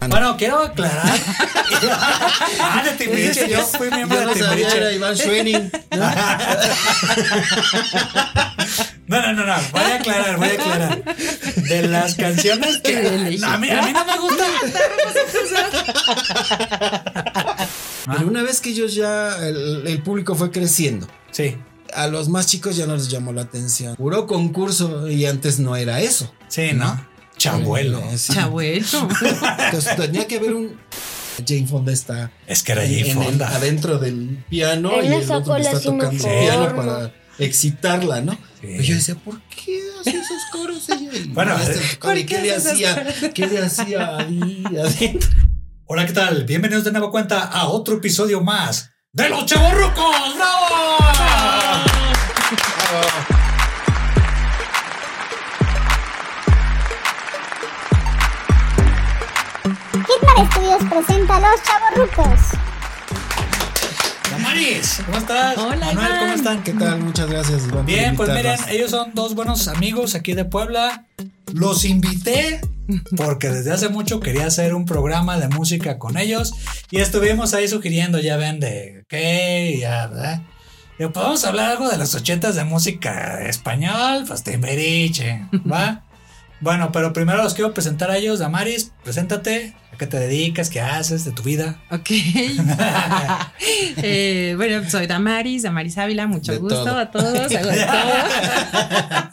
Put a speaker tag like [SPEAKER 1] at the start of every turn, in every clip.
[SPEAKER 1] Bueno, quiero aclarar. ah, de Timbiriche, yo fui miembro
[SPEAKER 2] Yo no
[SPEAKER 1] de
[SPEAKER 2] sabía, era
[SPEAKER 1] Timbiriche.
[SPEAKER 2] Iván Schwenning.
[SPEAKER 1] No, no, no, no. Voy a aclarar, voy a aclarar. De las canciones que.
[SPEAKER 3] Privilegio.
[SPEAKER 1] A mí, a mí no me gusta. Ah.
[SPEAKER 2] Pero una vez que ellos ya, el, el público fue creciendo.
[SPEAKER 1] Sí,
[SPEAKER 2] A los más chicos ya no les llamó la atención. Puro concurso y antes no era eso.
[SPEAKER 1] sí, ¿no? Chabuelo.
[SPEAKER 2] Eh, sí.
[SPEAKER 3] Chabuelo.
[SPEAKER 2] Entonces tenía que haber un. Jane Fonda está
[SPEAKER 1] Es que era Jane
[SPEAKER 2] en el-
[SPEAKER 1] Fonda.
[SPEAKER 2] adentro del piano
[SPEAKER 4] Él
[SPEAKER 2] y
[SPEAKER 4] le
[SPEAKER 2] el
[SPEAKER 4] sacó
[SPEAKER 2] otro le
[SPEAKER 4] la
[SPEAKER 2] está tocando el
[SPEAKER 4] sinacorda.
[SPEAKER 2] piano para excitarla, ¿no?
[SPEAKER 1] Sí.
[SPEAKER 2] Pues yo decía, ¿por qué hace esos coros ella? Y
[SPEAKER 1] Bueno, eh,
[SPEAKER 2] este
[SPEAKER 1] ¿por
[SPEAKER 2] coro, ¿y
[SPEAKER 3] qué
[SPEAKER 2] ¿qué le
[SPEAKER 3] hace esos
[SPEAKER 2] hacía? ¿Qué le hacía ahí adentro?
[SPEAKER 1] Hola, ¿qué tal? Bienvenidos de nuevo cuenta a otro episodio más de Los Chavorrucos. ¡Bravo!
[SPEAKER 4] Hitman Studios presenta a Los Chavorrucos.
[SPEAKER 1] Damaris, ¿cómo estás?
[SPEAKER 3] Hola,
[SPEAKER 1] Manuel,
[SPEAKER 3] Iván.
[SPEAKER 1] ¿cómo están?
[SPEAKER 2] ¿Qué tal? Muchas gracias, Iván. por
[SPEAKER 1] Bien, pues miren,
[SPEAKER 2] invitarnos.
[SPEAKER 1] ellos son dos buenos amigos aquí de Puebla. Los invité porque desde hace mucho quería hacer un programa de música con ellos y estuvimos ahí sugiriendo, ya ven, de qué, ya, ¿verdad? Digo, pues vamos a hablar algo de los ochentas de música español, pues Timbiriche, ¿va? bueno, pero primero los quiero presentar a ellos. Damaris, preséntate, a qué te dedicas, qué haces de tu vida.
[SPEAKER 3] Ok. Eh, bueno, soy Damaris, Damaris Ávila, mucho
[SPEAKER 2] De
[SPEAKER 3] gusto
[SPEAKER 2] todo.
[SPEAKER 3] a todos, hago de todo.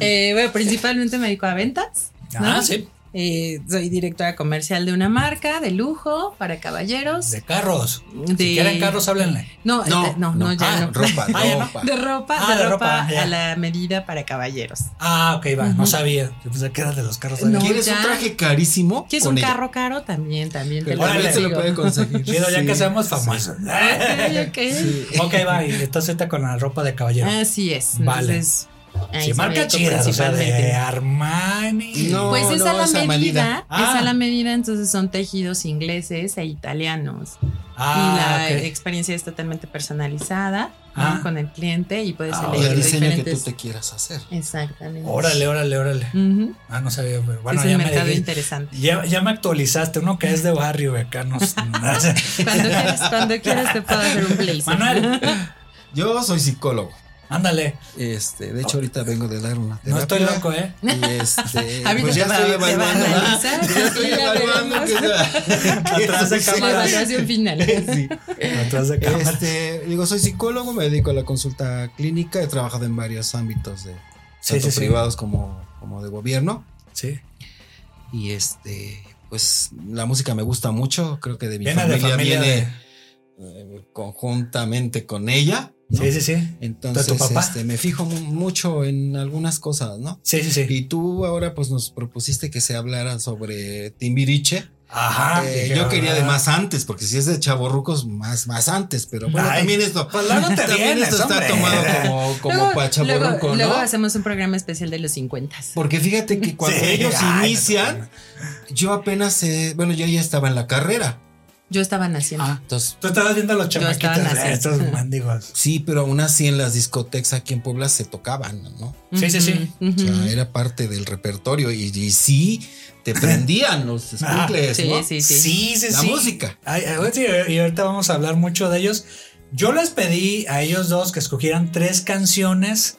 [SPEAKER 3] Eh, bueno, principalmente me dedico a ventas. ¿no?
[SPEAKER 1] Ah, sí,
[SPEAKER 3] Eh, soy directora comercial de una marca de lujo para caballeros.
[SPEAKER 1] de carros. Si
[SPEAKER 3] De-
[SPEAKER 1] quieren carros, háblenle.
[SPEAKER 3] no,
[SPEAKER 2] No,
[SPEAKER 3] de- Este, no, no, ya
[SPEAKER 2] Ah,
[SPEAKER 3] no.
[SPEAKER 2] Ropa,
[SPEAKER 1] Ah, ya no.
[SPEAKER 2] ropa.
[SPEAKER 3] De ropa,
[SPEAKER 1] Ah,
[SPEAKER 3] de
[SPEAKER 1] de
[SPEAKER 3] ropa,
[SPEAKER 1] ropa, ya.
[SPEAKER 3] a la medida para caballeros.
[SPEAKER 1] Ah, ok, va, no
[SPEAKER 3] Ujú.
[SPEAKER 1] sabía. Yo pensé que era de los carros.
[SPEAKER 3] No.
[SPEAKER 1] ¿Qué
[SPEAKER 2] ¿Quieres
[SPEAKER 3] ya.
[SPEAKER 2] un traje carísimo?
[SPEAKER 3] ¿Quieres
[SPEAKER 2] Con
[SPEAKER 3] un
[SPEAKER 2] ella.
[SPEAKER 3] carro caro? También, también te
[SPEAKER 2] Pero
[SPEAKER 3] lo
[SPEAKER 1] Órale.
[SPEAKER 2] también se lo
[SPEAKER 3] consigo.
[SPEAKER 2] puede conseguir.
[SPEAKER 1] Chido, ya
[SPEAKER 2] Sí.
[SPEAKER 1] que seamos famosos.
[SPEAKER 3] Ok, ok.
[SPEAKER 2] Sí.
[SPEAKER 1] Ok, va, y estás ahorita con la ropa de caballero.
[SPEAKER 3] Así es.
[SPEAKER 1] Vale.
[SPEAKER 3] Entonces, Ah, ahí
[SPEAKER 1] sí,
[SPEAKER 3] se me
[SPEAKER 1] marca
[SPEAKER 3] dedico
[SPEAKER 1] chida, o sea, de
[SPEAKER 3] principalmente.
[SPEAKER 1] Armani.
[SPEAKER 2] No.
[SPEAKER 3] Pues es a la
[SPEAKER 2] es a
[SPEAKER 3] medida,
[SPEAKER 2] medida.
[SPEAKER 1] Ah.
[SPEAKER 3] es a la medida, entonces son tejidos ingleses e italianos.
[SPEAKER 1] Ah,
[SPEAKER 3] y la
[SPEAKER 1] ok.
[SPEAKER 3] experiencia es totalmente personalizada ¿no?
[SPEAKER 1] Ah.
[SPEAKER 3] con el cliente y puedes
[SPEAKER 1] Ah,
[SPEAKER 2] Y
[SPEAKER 3] elegir
[SPEAKER 2] el diseño que tú
[SPEAKER 3] diferentes.
[SPEAKER 2] te quieras hacer.
[SPEAKER 3] Exactamente.
[SPEAKER 1] Órale, órale, órale.
[SPEAKER 3] Ujú.
[SPEAKER 1] Ah, no sabía, pero bueno,
[SPEAKER 3] es un
[SPEAKER 1] ya me,
[SPEAKER 3] mercado
[SPEAKER 1] dijiste-
[SPEAKER 3] interesante.
[SPEAKER 1] ya, ya me actualizaste. Uno que es de barrio, güey, acá nos.
[SPEAKER 3] Cuando quieras, cuando quieras te puedo hacer un blazer.
[SPEAKER 1] Manuel,
[SPEAKER 2] Yo soy psicólogo.
[SPEAKER 1] ándale.
[SPEAKER 2] Este, de hecho, ahorita vengo de dar una terapia.
[SPEAKER 1] No estoy loco, ¿eh?
[SPEAKER 2] Y este,
[SPEAKER 3] Ahorita
[SPEAKER 2] pues ya
[SPEAKER 3] te va-
[SPEAKER 2] estoy
[SPEAKER 3] te va a
[SPEAKER 2] evaluando. ¿verdad?
[SPEAKER 3] analizar,
[SPEAKER 2] Ya estoy
[SPEAKER 3] sí, ya
[SPEAKER 2] evaluando.
[SPEAKER 3] veremos.
[SPEAKER 2] que-
[SPEAKER 1] Atrás de
[SPEAKER 2] que-
[SPEAKER 3] La
[SPEAKER 1] cámara.
[SPEAKER 3] evaluación final.
[SPEAKER 2] Sí.
[SPEAKER 1] Atrás de cámara.
[SPEAKER 2] Este, digo, soy psicólogo, me dedico a la consulta clínica, he trabajado en varios ámbitos, de,
[SPEAKER 1] Sí,
[SPEAKER 2] tanto
[SPEAKER 1] sí, sí.
[SPEAKER 2] privados Como, como de gobierno.
[SPEAKER 1] Sí.
[SPEAKER 2] Y este, pues la música me gusta mucho, creo que de mi
[SPEAKER 1] Viene de
[SPEAKER 2] familia,
[SPEAKER 1] familia.
[SPEAKER 2] viene
[SPEAKER 1] de-
[SPEAKER 2] eh, conjuntamente con ella. ¿no?
[SPEAKER 1] Sí, sí, sí.
[SPEAKER 2] Entonces,
[SPEAKER 1] ¿De tu papá?
[SPEAKER 2] este, me fijo mu- mucho en algunas cosas, ¿no?
[SPEAKER 1] Sí, sí, sí.
[SPEAKER 2] Y tú ahora pues nos propusiste que se hablara sobre Timbiriche.
[SPEAKER 1] Ajá.
[SPEAKER 2] Eh,
[SPEAKER 1] dije,
[SPEAKER 2] yo quería de
[SPEAKER 1] ah.
[SPEAKER 2] más antes, porque si es de chavorrucos, más, más antes, pero bueno,
[SPEAKER 1] Ay,
[SPEAKER 2] también esto,
[SPEAKER 1] pues, luego te
[SPEAKER 2] también
[SPEAKER 1] vienes,
[SPEAKER 2] esto
[SPEAKER 1] hombre.
[SPEAKER 2] está tomado como, como
[SPEAKER 3] Luego-
[SPEAKER 2] pa' chavorruco,
[SPEAKER 3] luego,
[SPEAKER 2] ¿no?
[SPEAKER 3] luego hacemos un programa especial de los 50.
[SPEAKER 2] Porque fíjate que cuando
[SPEAKER 1] "Ah, Sí,
[SPEAKER 2] ellos
[SPEAKER 1] ay, no te
[SPEAKER 2] inician, yo apenas, eh, bueno, yo ya estaba en la carrera.
[SPEAKER 3] Yo estaba naciendo.
[SPEAKER 1] Ah.
[SPEAKER 2] Entonces,
[SPEAKER 1] Tú estabas viendo a los
[SPEAKER 3] Yo estaba
[SPEAKER 1] chamaquitos de
[SPEAKER 3] naciendo.
[SPEAKER 1] estos mendigos.
[SPEAKER 2] sí, pero aún así en las discotecas aquí en Puebla se tocaban, ¿no?
[SPEAKER 1] Sí, sí, sí.
[SPEAKER 3] Ujú,
[SPEAKER 2] O sea,
[SPEAKER 3] ujú.
[SPEAKER 2] era parte del repertorio y, y sí te prendían los sprinkles,
[SPEAKER 3] Sí,
[SPEAKER 2] ¿no?
[SPEAKER 3] sí, sí.
[SPEAKER 1] Sí, sí,
[SPEAKER 2] La
[SPEAKER 1] sí.
[SPEAKER 2] música.
[SPEAKER 1] Ay, ay, ahorita- y ahorita vamos a hablar mucho de ellos. Yo les pedí a ellos dos que escogieran tres canciones.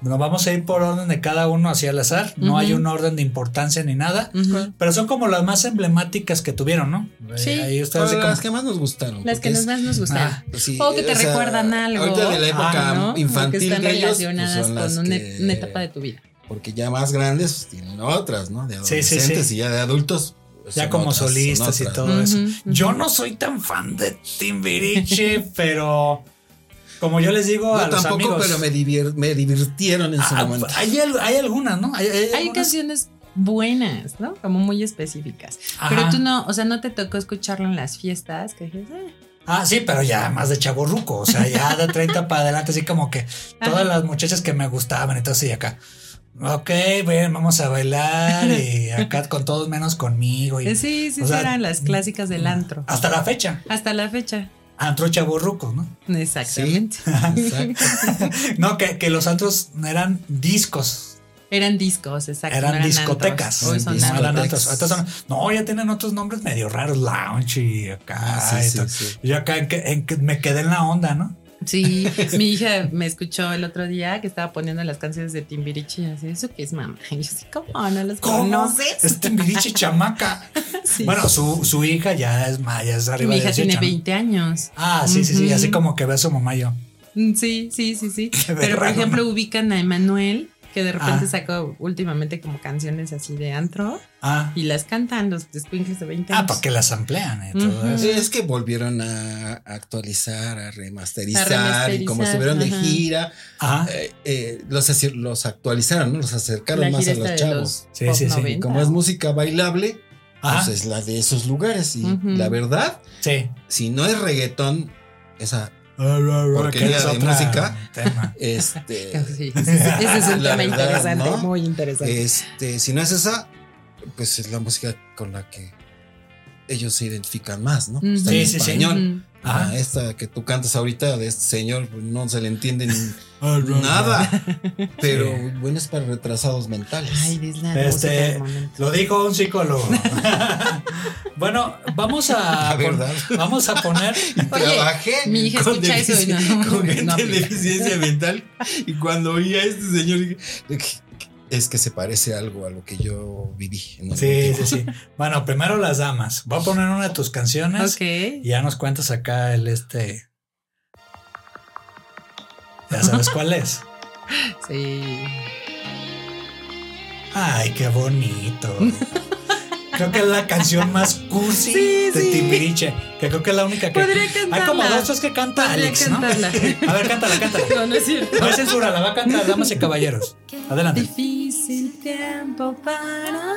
[SPEAKER 1] Nos vamos a ir por orden de cada uno así al azar. No
[SPEAKER 3] Ujú.
[SPEAKER 1] hay un orden de importancia ni nada.
[SPEAKER 3] Ujú.
[SPEAKER 1] Pero son como las más emblemáticas que tuvieron, ¿no?
[SPEAKER 3] Sí.
[SPEAKER 1] Eh, Ahí ustedes
[SPEAKER 2] Pero
[SPEAKER 1] así como-
[SPEAKER 2] las que más nos gustaron.
[SPEAKER 3] Las que
[SPEAKER 2] porque
[SPEAKER 3] nos más nos gustan.
[SPEAKER 1] Ah,
[SPEAKER 2] es- sí,
[SPEAKER 3] o que te
[SPEAKER 2] o sea,
[SPEAKER 3] recuerdan algo.
[SPEAKER 2] Ahorita de la época
[SPEAKER 3] Ah, ¿no?
[SPEAKER 2] infantil
[SPEAKER 3] O que están
[SPEAKER 2] de ellos, pues, son
[SPEAKER 3] relacionadas
[SPEAKER 2] las
[SPEAKER 3] con una,
[SPEAKER 2] que-
[SPEAKER 3] una etapa de tu vida.
[SPEAKER 2] Porque ya más grandes pues, tienen otras, ¿no? De
[SPEAKER 1] Sí, sí,
[SPEAKER 2] adolescentes y ya de adultos. pues,
[SPEAKER 1] Ya
[SPEAKER 2] son
[SPEAKER 1] como
[SPEAKER 2] otras, son
[SPEAKER 1] solistas y
[SPEAKER 2] otras,
[SPEAKER 1] todo
[SPEAKER 2] ¿no?
[SPEAKER 1] eso.
[SPEAKER 3] Ujú, ujú.
[SPEAKER 1] Yo no soy tan fan de Timbiriche, pero como yo les digo a
[SPEAKER 2] Yo
[SPEAKER 1] los
[SPEAKER 2] tampoco,
[SPEAKER 1] amigos.
[SPEAKER 2] pero me, divier- me divirtieron en su
[SPEAKER 1] Ah,
[SPEAKER 2] momento.
[SPEAKER 1] hay, al- hay algunas, ¿no? Hay, hay
[SPEAKER 3] Hay
[SPEAKER 1] algunas-
[SPEAKER 3] canciones buenas, ¿no? Como muy específicas.
[SPEAKER 1] Ajá.
[SPEAKER 3] Pero tú no, o sea, no te tocó escucharlo en las fiestas, que dices, "Ah".
[SPEAKER 1] Ah, sí, pero ya más de chaborruco, o sea, ya de 30 para adelante, así como que todas
[SPEAKER 3] Ajá.
[SPEAKER 1] las muchachas que me gustaban, entonces y acá. Ok, bien, vamos a bailar y acá con todos menos conmigo. Y
[SPEAKER 3] eh, Sí, sí,
[SPEAKER 1] o sea,
[SPEAKER 3] eran las clásicas
[SPEAKER 2] mm,
[SPEAKER 3] del antro.
[SPEAKER 1] Hasta la fecha,
[SPEAKER 3] Hasta la fecha.
[SPEAKER 1] antro chaborruco, ¿no?
[SPEAKER 3] Exactamente.
[SPEAKER 2] Exacto.
[SPEAKER 1] No, que, que los antros eran discos.
[SPEAKER 3] Eran discos, exacto.
[SPEAKER 1] Eran
[SPEAKER 3] no
[SPEAKER 1] discotecas.
[SPEAKER 3] antros. Hoy son
[SPEAKER 1] no, eran antros.
[SPEAKER 2] antros.
[SPEAKER 1] Ahorita son- no, ya tienen otros nombres medio raros, lounge y acá.
[SPEAKER 2] Ah, sí,
[SPEAKER 1] y
[SPEAKER 2] sí,
[SPEAKER 1] todo.
[SPEAKER 2] sí.
[SPEAKER 1] Yo acá en que- en que me quedé en la onda, ¿no?
[SPEAKER 3] Sí, mi hija me escuchó el otro día que estaba poniendo las canciones de Timbiriche y así, ¿eso qué es mamá? Y yo así, ¿cómo? ¿No las conoces?
[SPEAKER 1] Es Timbiriche Este chamaca.
[SPEAKER 3] Sí.
[SPEAKER 1] Bueno, su, su hija ya es, ma- ya es arriba
[SPEAKER 3] mi
[SPEAKER 1] de
[SPEAKER 3] hija
[SPEAKER 1] 18,
[SPEAKER 3] tiene
[SPEAKER 1] ¿no?
[SPEAKER 3] 20 años.
[SPEAKER 1] Ah, sí, sí, sí.
[SPEAKER 3] Ujú.
[SPEAKER 1] Así como que ve a su mamá y yo.
[SPEAKER 3] Mm, Sí, sí, sí, sí. Pero por
[SPEAKER 1] raro,
[SPEAKER 3] ejemplo ubican a Emanuel, que de repente
[SPEAKER 1] Ah.
[SPEAKER 3] sacó últimamente como canciones así de antro
[SPEAKER 1] Ah,
[SPEAKER 3] y las cantan los squinkles de 20
[SPEAKER 1] ah
[SPEAKER 3] años.
[SPEAKER 1] porque las amplían y todo
[SPEAKER 3] Ujú.
[SPEAKER 1] eso.
[SPEAKER 2] Sí, Es que volvieron a actualizar, a remasterizar,
[SPEAKER 3] A remasterizar,
[SPEAKER 2] y como estuvieron de
[SPEAKER 3] ajá.
[SPEAKER 2] gira,
[SPEAKER 1] Ajá.
[SPEAKER 2] eh, eh, los, aci- los actualizaron, ¿no? los acercaron
[SPEAKER 3] La
[SPEAKER 2] más
[SPEAKER 3] gira
[SPEAKER 2] a
[SPEAKER 3] esta
[SPEAKER 2] los
[SPEAKER 3] de
[SPEAKER 2] chavos.
[SPEAKER 3] los
[SPEAKER 1] Sí,
[SPEAKER 3] pop
[SPEAKER 1] sí, sí.
[SPEAKER 3] 90.
[SPEAKER 2] Y como es música bailable,
[SPEAKER 1] Ajá.
[SPEAKER 2] pues es la de esos lugares. Y
[SPEAKER 3] Ujú.
[SPEAKER 2] la verdad,
[SPEAKER 1] ah, sí.
[SPEAKER 2] si no es reggaetón, esa, Porque
[SPEAKER 1] Que
[SPEAKER 2] era
[SPEAKER 1] es
[SPEAKER 2] de
[SPEAKER 1] otra
[SPEAKER 2] música.
[SPEAKER 1] tema.
[SPEAKER 2] este,
[SPEAKER 3] Sí, ese es- ese es un
[SPEAKER 2] La
[SPEAKER 3] tema
[SPEAKER 2] verdad,
[SPEAKER 3] interesante,
[SPEAKER 2] ¿no?
[SPEAKER 3] muy
[SPEAKER 1] Eh,
[SPEAKER 3] interesante.
[SPEAKER 2] este, si no es esa, pues es la música con la que ellos se identifican más, ¿no?
[SPEAKER 3] Ujú.
[SPEAKER 2] Está en
[SPEAKER 1] Sí, sí, sí.
[SPEAKER 2] español.
[SPEAKER 3] Ujú.
[SPEAKER 1] Ajá.
[SPEAKER 2] Ah, esta que tú cantas ahorita de este señor, pues, no se le entiende ni nada. Pero
[SPEAKER 1] Sí.
[SPEAKER 2] bueno, es para retrasados mentales.
[SPEAKER 3] Ay, es la
[SPEAKER 1] Este,
[SPEAKER 3] música del momento.
[SPEAKER 1] Lo dijo un psicólogo. bueno, vamos a,
[SPEAKER 2] La verdad.
[SPEAKER 1] pon- vamos a poner.
[SPEAKER 3] Oye,
[SPEAKER 2] Trabajé
[SPEAKER 3] mi hija
[SPEAKER 2] con
[SPEAKER 3] escucha eso y no,
[SPEAKER 2] defici-
[SPEAKER 3] no,
[SPEAKER 2] con
[SPEAKER 3] no
[SPEAKER 2] gente en
[SPEAKER 3] aplica.
[SPEAKER 2] deficiencia mental. Y cuando oí a este señor, dije, es que se parece algo a lo que yo viví. en algún
[SPEAKER 1] Sí,
[SPEAKER 2] tiempo".
[SPEAKER 1] sí, sí. Bueno, primero las damas. Voy a poner una de tus canciones
[SPEAKER 3] Ok.
[SPEAKER 1] y ya nos cuentas acá el este. Ya sabes cuál es.
[SPEAKER 3] Sí.
[SPEAKER 1] Ay, qué bonito. Creo que es la canción más cursi
[SPEAKER 3] Sí,
[SPEAKER 1] de
[SPEAKER 3] sí.
[SPEAKER 1] Timbiriche. Que creo que es la única que.
[SPEAKER 3] Podría
[SPEAKER 1] Hay como
[SPEAKER 3] cantarla.
[SPEAKER 1] dos tres que canta
[SPEAKER 3] Podría
[SPEAKER 1] Alex,
[SPEAKER 3] cantarla.
[SPEAKER 1] ¿no? A ver, cántala, cántala.
[SPEAKER 3] No, no es cierto.
[SPEAKER 1] No hay censura, la va a cantar, damas y caballeros. Adelante.
[SPEAKER 3] Difícil tiempo para amar.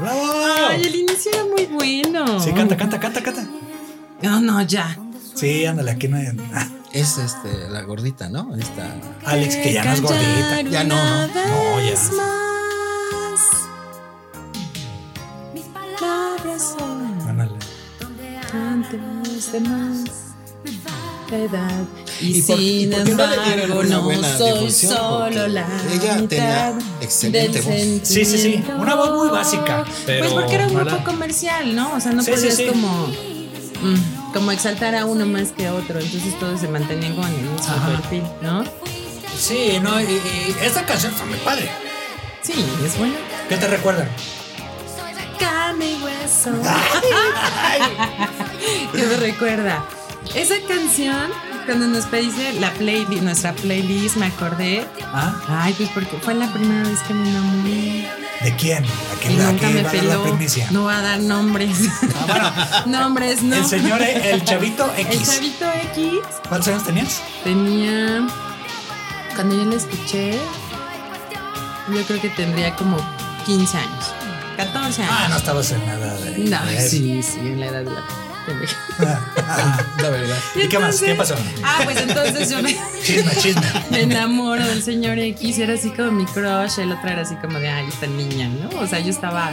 [SPEAKER 3] Ay,
[SPEAKER 1] ¡Bravo!
[SPEAKER 3] el inicio era muy bueno.
[SPEAKER 1] Sí, canta, canta, canta, canta.
[SPEAKER 3] No, no, ya.
[SPEAKER 1] Sí, ándale, aquí no hay.
[SPEAKER 2] Es este, la gordita, ¿no? Esta.
[SPEAKER 1] Alex, que ya no es gordita.
[SPEAKER 2] Ya no, ¿no?
[SPEAKER 1] No, ya.
[SPEAKER 5] Mis palabras
[SPEAKER 1] Ándale.
[SPEAKER 3] ante los demás la edad. Y,
[SPEAKER 2] ¿Y por- y
[SPEAKER 3] sin
[SPEAKER 2] por qué no le dieron
[SPEAKER 3] embargo,
[SPEAKER 2] una
[SPEAKER 3] no
[SPEAKER 2] buena
[SPEAKER 3] soy
[SPEAKER 2] difusión?
[SPEAKER 3] solo
[SPEAKER 2] Porque
[SPEAKER 3] la
[SPEAKER 2] ella tenía
[SPEAKER 3] mitad
[SPEAKER 2] excelente
[SPEAKER 3] del
[SPEAKER 2] voz.
[SPEAKER 1] Sí, sí, sí. Una voz muy
[SPEAKER 3] sentimiento.
[SPEAKER 1] básica, pero
[SPEAKER 3] pues porque era un
[SPEAKER 1] no
[SPEAKER 3] grupo
[SPEAKER 1] era-
[SPEAKER 3] comercial, ¿no? O sea, no
[SPEAKER 1] Sí, sí,
[SPEAKER 3] podías
[SPEAKER 1] sí.
[SPEAKER 3] como. mm, como exaltar a uno más que a otro. Entonces todos se mantenían como en el mismo
[SPEAKER 1] Ajá.
[SPEAKER 3] perfil, ¿no?
[SPEAKER 1] Sí, no, y, y esta canción está muy padre.
[SPEAKER 3] Sí, es bueno.
[SPEAKER 1] ¿Qué te recuerda?
[SPEAKER 3] Carne y hueso. que me recuerda. Esa canción, cuando nos pediste la playlist, nuestra playlist, me acordé.
[SPEAKER 1] ¿Ah?
[SPEAKER 3] Ay, pues porque fue la primera vez que me enamoré.
[SPEAKER 1] ¿De quién? ¿A
[SPEAKER 3] Y
[SPEAKER 1] quién la
[SPEAKER 3] nunca
[SPEAKER 1] que
[SPEAKER 3] me
[SPEAKER 1] va a dar la
[SPEAKER 3] peló.
[SPEAKER 1] primicia? Ah,
[SPEAKER 3] No va a dar nombres. nombres, no.
[SPEAKER 1] El señor, eh, el chavito
[SPEAKER 3] El
[SPEAKER 1] X.
[SPEAKER 3] chavito X
[SPEAKER 1] ¿Cuántos años tenías?
[SPEAKER 3] tenía. Cuando yo la escuché, yo creo que tendría como 15 años. 14 años.
[SPEAKER 1] Ah, no estabas en nada de.
[SPEAKER 3] No,
[SPEAKER 1] de eso. Ah,
[SPEAKER 3] sí, sí, en la edad de la pendeja.
[SPEAKER 2] La verdad.
[SPEAKER 1] ¿Y qué más? ¿Qué pasó?
[SPEAKER 3] Ah, pues entonces yo me,
[SPEAKER 1] Chisme, chisme.
[SPEAKER 3] me enamoro del señor X, era así como mi crush, el otro era así como de, ay, esta niña, ¿no? O sea, yo estaba,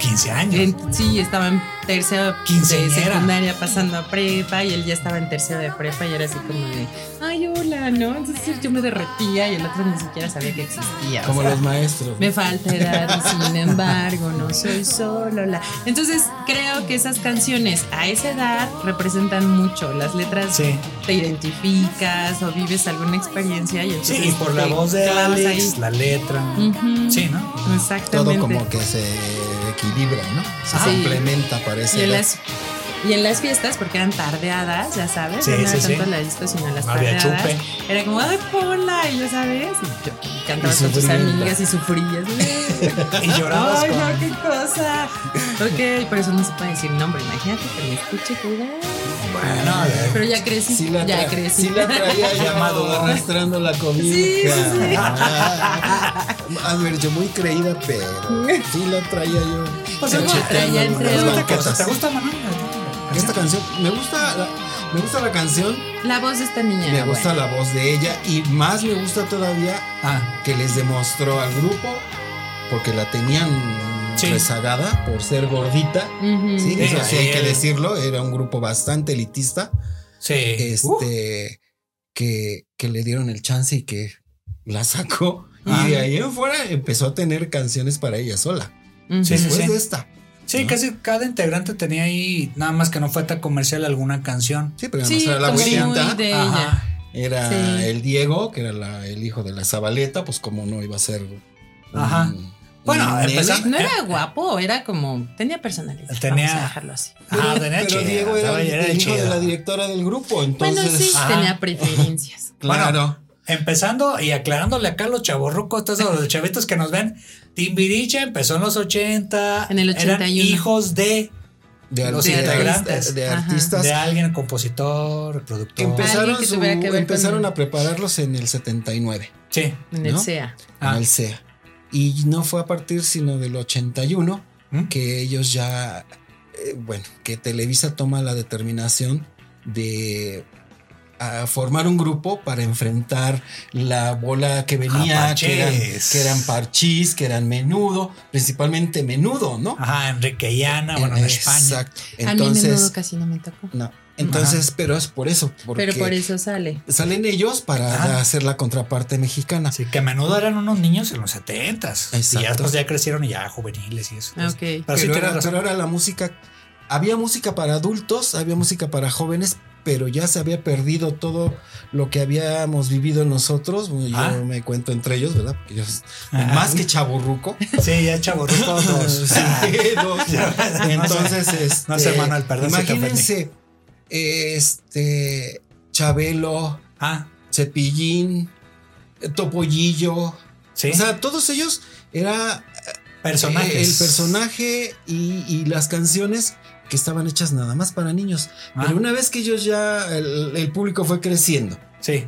[SPEAKER 1] 15 años.
[SPEAKER 3] en- sí, estaba en tercero de
[SPEAKER 1] Quinceañera.
[SPEAKER 3] secundaria pasando a prepa y él ya estaba en tercero de prepa y era así como de, ay, hola, ¿no? Entonces yo me derretía y el otro ni siquiera sabía que existía. o
[SPEAKER 2] Como
[SPEAKER 3] sea,
[SPEAKER 2] los maestros.
[SPEAKER 3] me falta edad y sin embargo no soy solo la. Entonces creo que esas canciones a esa edad representan mucho. Las letras
[SPEAKER 1] Sí.
[SPEAKER 3] te identificas o vives alguna experiencia y entonces
[SPEAKER 1] Sí, y por la
[SPEAKER 3] te
[SPEAKER 1] voz de
[SPEAKER 3] clavas
[SPEAKER 1] Alex,
[SPEAKER 3] ahí.
[SPEAKER 1] la letra.
[SPEAKER 3] Ujú.
[SPEAKER 1] Sí, ¿no?
[SPEAKER 3] Exactamente.
[SPEAKER 2] Todo como que se equilibra, ¿no? Se
[SPEAKER 3] Ah, sí.
[SPEAKER 2] complementa, parece.
[SPEAKER 3] y en las y en las fiestas porque eran tardeadas, ya sabes,
[SPEAKER 1] Sí,
[SPEAKER 3] ya no
[SPEAKER 1] sí,
[SPEAKER 3] era
[SPEAKER 1] sí.
[SPEAKER 3] tanto las discos sino las
[SPEAKER 1] No había
[SPEAKER 3] tardeadas.
[SPEAKER 1] chupe.
[SPEAKER 3] Era como ay pola y ya sabes, y, yo, y cantabas
[SPEAKER 2] Y
[SPEAKER 3] con tus
[SPEAKER 2] sufrimiento.
[SPEAKER 3] amigas y sufrías.
[SPEAKER 1] Y llorabas
[SPEAKER 3] Ay,
[SPEAKER 1] con-
[SPEAKER 3] no, qué cosa. Ok, por eso no se puede decir nombre. Imagínate que me escuche que ay.
[SPEAKER 1] Bueno, de-
[SPEAKER 3] Pero ya crecí,
[SPEAKER 2] Sí la,
[SPEAKER 3] ya
[SPEAKER 2] tra-
[SPEAKER 3] crecí.
[SPEAKER 2] sí la traía
[SPEAKER 1] Ya
[SPEAKER 2] llamado
[SPEAKER 1] maduró.
[SPEAKER 2] arrastrando la comida. Ah,
[SPEAKER 3] Sí, sí, sí.
[SPEAKER 2] a ver, yo muy creída, pero sí la traía yo.
[SPEAKER 1] Pues es
[SPEAKER 2] cacheteando
[SPEAKER 3] traía
[SPEAKER 2] en
[SPEAKER 3] entre
[SPEAKER 2] las
[SPEAKER 1] ¿Te
[SPEAKER 3] otras
[SPEAKER 2] banquetas.
[SPEAKER 1] gusta- ¿Te gusta, Manuel?
[SPEAKER 2] Esta canción, me gusta, la, me gusta la canción,
[SPEAKER 3] La voz de esta niña.
[SPEAKER 2] me
[SPEAKER 3] era
[SPEAKER 2] gusta
[SPEAKER 3] buena.
[SPEAKER 2] la voz de ella y más me gusta todavía
[SPEAKER 1] Ah,
[SPEAKER 2] que les demostró al grupo porque la tenían
[SPEAKER 1] Sí.
[SPEAKER 2] rezagada por ser gordita.
[SPEAKER 3] Ujú.
[SPEAKER 2] Sí,
[SPEAKER 1] Sí,
[SPEAKER 2] eso sí hay
[SPEAKER 1] ahí
[SPEAKER 2] que
[SPEAKER 1] el-
[SPEAKER 2] decirlo, era un grupo bastante elitista.
[SPEAKER 1] sí.
[SPEAKER 2] este, que, que le dieron el chance y que la sacó Y de ahí en fuera empezó a tener canciones para ella sola.
[SPEAKER 3] Ujú.
[SPEAKER 1] Sí, sí,
[SPEAKER 2] Después
[SPEAKER 1] sí.
[SPEAKER 2] de esta.
[SPEAKER 1] Sí,
[SPEAKER 2] ¿no?
[SPEAKER 1] casi cada integrante tenía ahí, nada más que no fue tan comercial alguna canción.
[SPEAKER 2] Sí, pero
[SPEAKER 3] Sí,
[SPEAKER 2] además era la
[SPEAKER 3] como muy
[SPEAKER 2] abuelita,
[SPEAKER 3] de ella.
[SPEAKER 1] Ajá.
[SPEAKER 2] era
[SPEAKER 3] Sí.
[SPEAKER 2] el Diego, que era la- el hijo de la Zabaleta, pues como no iba a ser. un-
[SPEAKER 1] Ajá.
[SPEAKER 2] un
[SPEAKER 1] Bueno,
[SPEAKER 2] nene.
[SPEAKER 1] empezando-
[SPEAKER 3] No era guapo, era como. Tenía personalidad.
[SPEAKER 1] Tenía-
[SPEAKER 3] Vamos a dejarlo así.
[SPEAKER 1] Ah, tenía
[SPEAKER 2] Pero
[SPEAKER 1] chida,
[SPEAKER 2] Diego era
[SPEAKER 1] estaba-
[SPEAKER 2] el, el hijo
[SPEAKER 1] chida.
[SPEAKER 2] de la directora del grupo, entonces. ah,
[SPEAKER 3] bueno, sí,
[SPEAKER 1] ajá.
[SPEAKER 3] tenía preferencias.
[SPEAKER 2] Claro.
[SPEAKER 1] Empezando y aclarándole acá a los chavorrucos, todos los chavitos que nos ven, Timbiriche empezó en los 80,
[SPEAKER 3] En el
[SPEAKER 1] eran
[SPEAKER 3] 81.
[SPEAKER 1] hijos de,
[SPEAKER 2] de
[SPEAKER 1] los
[SPEAKER 2] artistas,
[SPEAKER 1] integrantes.
[SPEAKER 2] De
[SPEAKER 3] Ajá.
[SPEAKER 2] artistas
[SPEAKER 1] de alguien, compositor,
[SPEAKER 2] que
[SPEAKER 1] productor.
[SPEAKER 2] empezaron,
[SPEAKER 3] Alguien que
[SPEAKER 2] su-
[SPEAKER 3] tuviera que ver con-
[SPEAKER 2] empezaron a prepararlos en el 79,
[SPEAKER 1] Sí.
[SPEAKER 3] En el
[SPEAKER 2] ¿No?
[SPEAKER 3] SEA.
[SPEAKER 1] Ah.
[SPEAKER 2] en el CEA. Y no fue a partir sino del 81
[SPEAKER 1] ¿Mm?
[SPEAKER 2] que ellos ya, eh, bueno, que Televisa toma la determinación de ah, formar un grupo para enfrentar la bola que
[SPEAKER 1] Ah,
[SPEAKER 2] venía, que eran,
[SPEAKER 1] parchís.
[SPEAKER 2] que eran parchís, que eran menudo, principalmente menudo, ¿no? Eh,
[SPEAKER 1] Ajá, Enrique Llana, Ah, bueno, en España.
[SPEAKER 2] Exacto.
[SPEAKER 3] a mí menudo
[SPEAKER 2] Entonces,
[SPEAKER 3] casi no me tocó.
[SPEAKER 2] no. Entonces, pero es por eso, porque
[SPEAKER 3] Pero por eso sale.
[SPEAKER 2] salen ellos para
[SPEAKER 1] Ah.
[SPEAKER 2] hacer la contraparte mexicana.
[SPEAKER 1] Así que a menudo eran unos niños en los 70s. Y ya,
[SPEAKER 2] Exacto.
[SPEAKER 1] pues, ya crecieron y ya juveniles y eso. pues.
[SPEAKER 3] Ah, Ok.
[SPEAKER 1] Pero sí
[SPEAKER 2] pero,
[SPEAKER 1] tienes
[SPEAKER 2] era,
[SPEAKER 1] razón.
[SPEAKER 2] pero era la música. Había música para adultos, había música para jóvenes, pero ya se había perdido todo lo que habíamos vivido nosotros. Bueno, Yo
[SPEAKER 1] Ah.
[SPEAKER 2] me cuento entre ellos, ¿verdad? Porque yo s-
[SPEAKER 1] Ajá.
[SPEAKER 2] más que chaburruco.
[SPEAKER 1] Sí, ya chavorrucos. dos.
[SPEAKER 2] Entonces,
[SPEAKER 1] No
[SPEAKER 2] este,
[SPEAKER 1] sé, Manuel, perdón si te ofendí.
[SPEAKER 2] Imagínense, este, Chabelo,
[SPEAKER 1] Ah,
[SPEAKER 2] Cepillín, Topollillo.
[SPEAKER 1] sí.
[SPEAKER 2] O sea, todos ellos era
[SPEAKER 1] personajes.
[SPEAKER 2] el personaje y, y las canciones que estaban hechas nada más para niños.
[SPEAKER 1] Ah.
[SPEAKER 2] Pero una vez que ellos ya, el, el público fue creciendo,
[SPEAKER 1] Sí.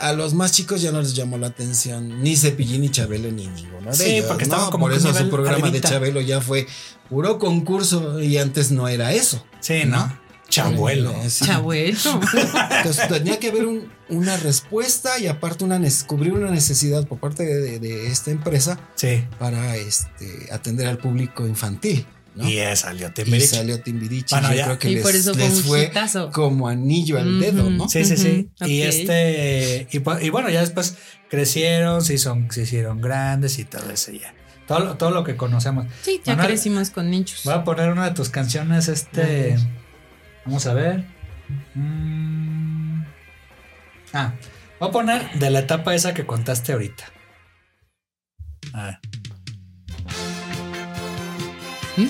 [SPEAKER 2] a los más chicos ya no les llamó la atención ni Cepillín, ni Chabelo, ni ninguno. de
[SPEAKER 1] Sí,
[SPEAKER 2] ellos,
[SPEAKER 1] porque estaban
[SPEAKER 2] ¿no?
[SPEAKER 1] como
[SPEAKER 2] Por
[SPEAKER 1] que un
[SPEAKER 2] eso su
[SPEAKER 1] nivel
[SPEAKER 2] programa
[SPEAKER 1] arribita.
[SPEAKER 2] de Chabelo ya fue puro concurso y antes no era eso.
[SPEAKER 1] Sí, ¿no?
[SPEAKER 2] ¿No?
[SPEAKER 1] Chabuelo.
[SPEAKER 2] Eh, sí.
[SPEAKER 3] Chabuelo.
[SPEAKER 2] Entonces tenía que haber un- una respuesta y aparte una nes- cubrir una necesidad por parte de, de- de esta empresa
[SPEAKER 1] Sí.
[SPEAKER 2] para este, atender al público infantil. ¿no?
[SPEAKER 1] Y ya salió
[SPEAKER 2] y
[SPEAKER 1] Timbiriche.
[SPEAKER 2] salió Timbiriche.
[SPEAKER 1] Bueno,
[SPEAKER 2] yo
[SPEAKER 1] ya.
[SPEAKER 2] creo que
[SPEAKER 3] Y
[SPEAKER 2] les,
[SPEAKER 3] por eso fue
[SPEAKER 2] les
[SPEAKER 3] un
[SPEAKER 2] fue
[SPEAKER 3] hitazo.
[SPEAKER 2] como anillo al dedo, ¿no?
[SPEAKER 3] Ujú.
[SPEAKER 1] Sí, sí, sí.
[SPEAKER 3] Ujú,
[SPEAKER 1] Y
[SPEAKER 3] ok.
[SPEAKER 1] este. Y, pu- y bueno, ya después crecieron, se, son, se hicieron grandes y todo eso ya. Todo, lo- todo lo que conocemos.
[SPEAKER 3] Sí, ya
[SPEAKER 1] Manuel.
[SPEAKER 3] crecimos con nichos.
[SPEAKER 1] Voy a poner una de tus canciones, este. Vamos a ver. Mm. Ah, voy a poner de la etapa esa que contaste ahorita. Ah, A ver.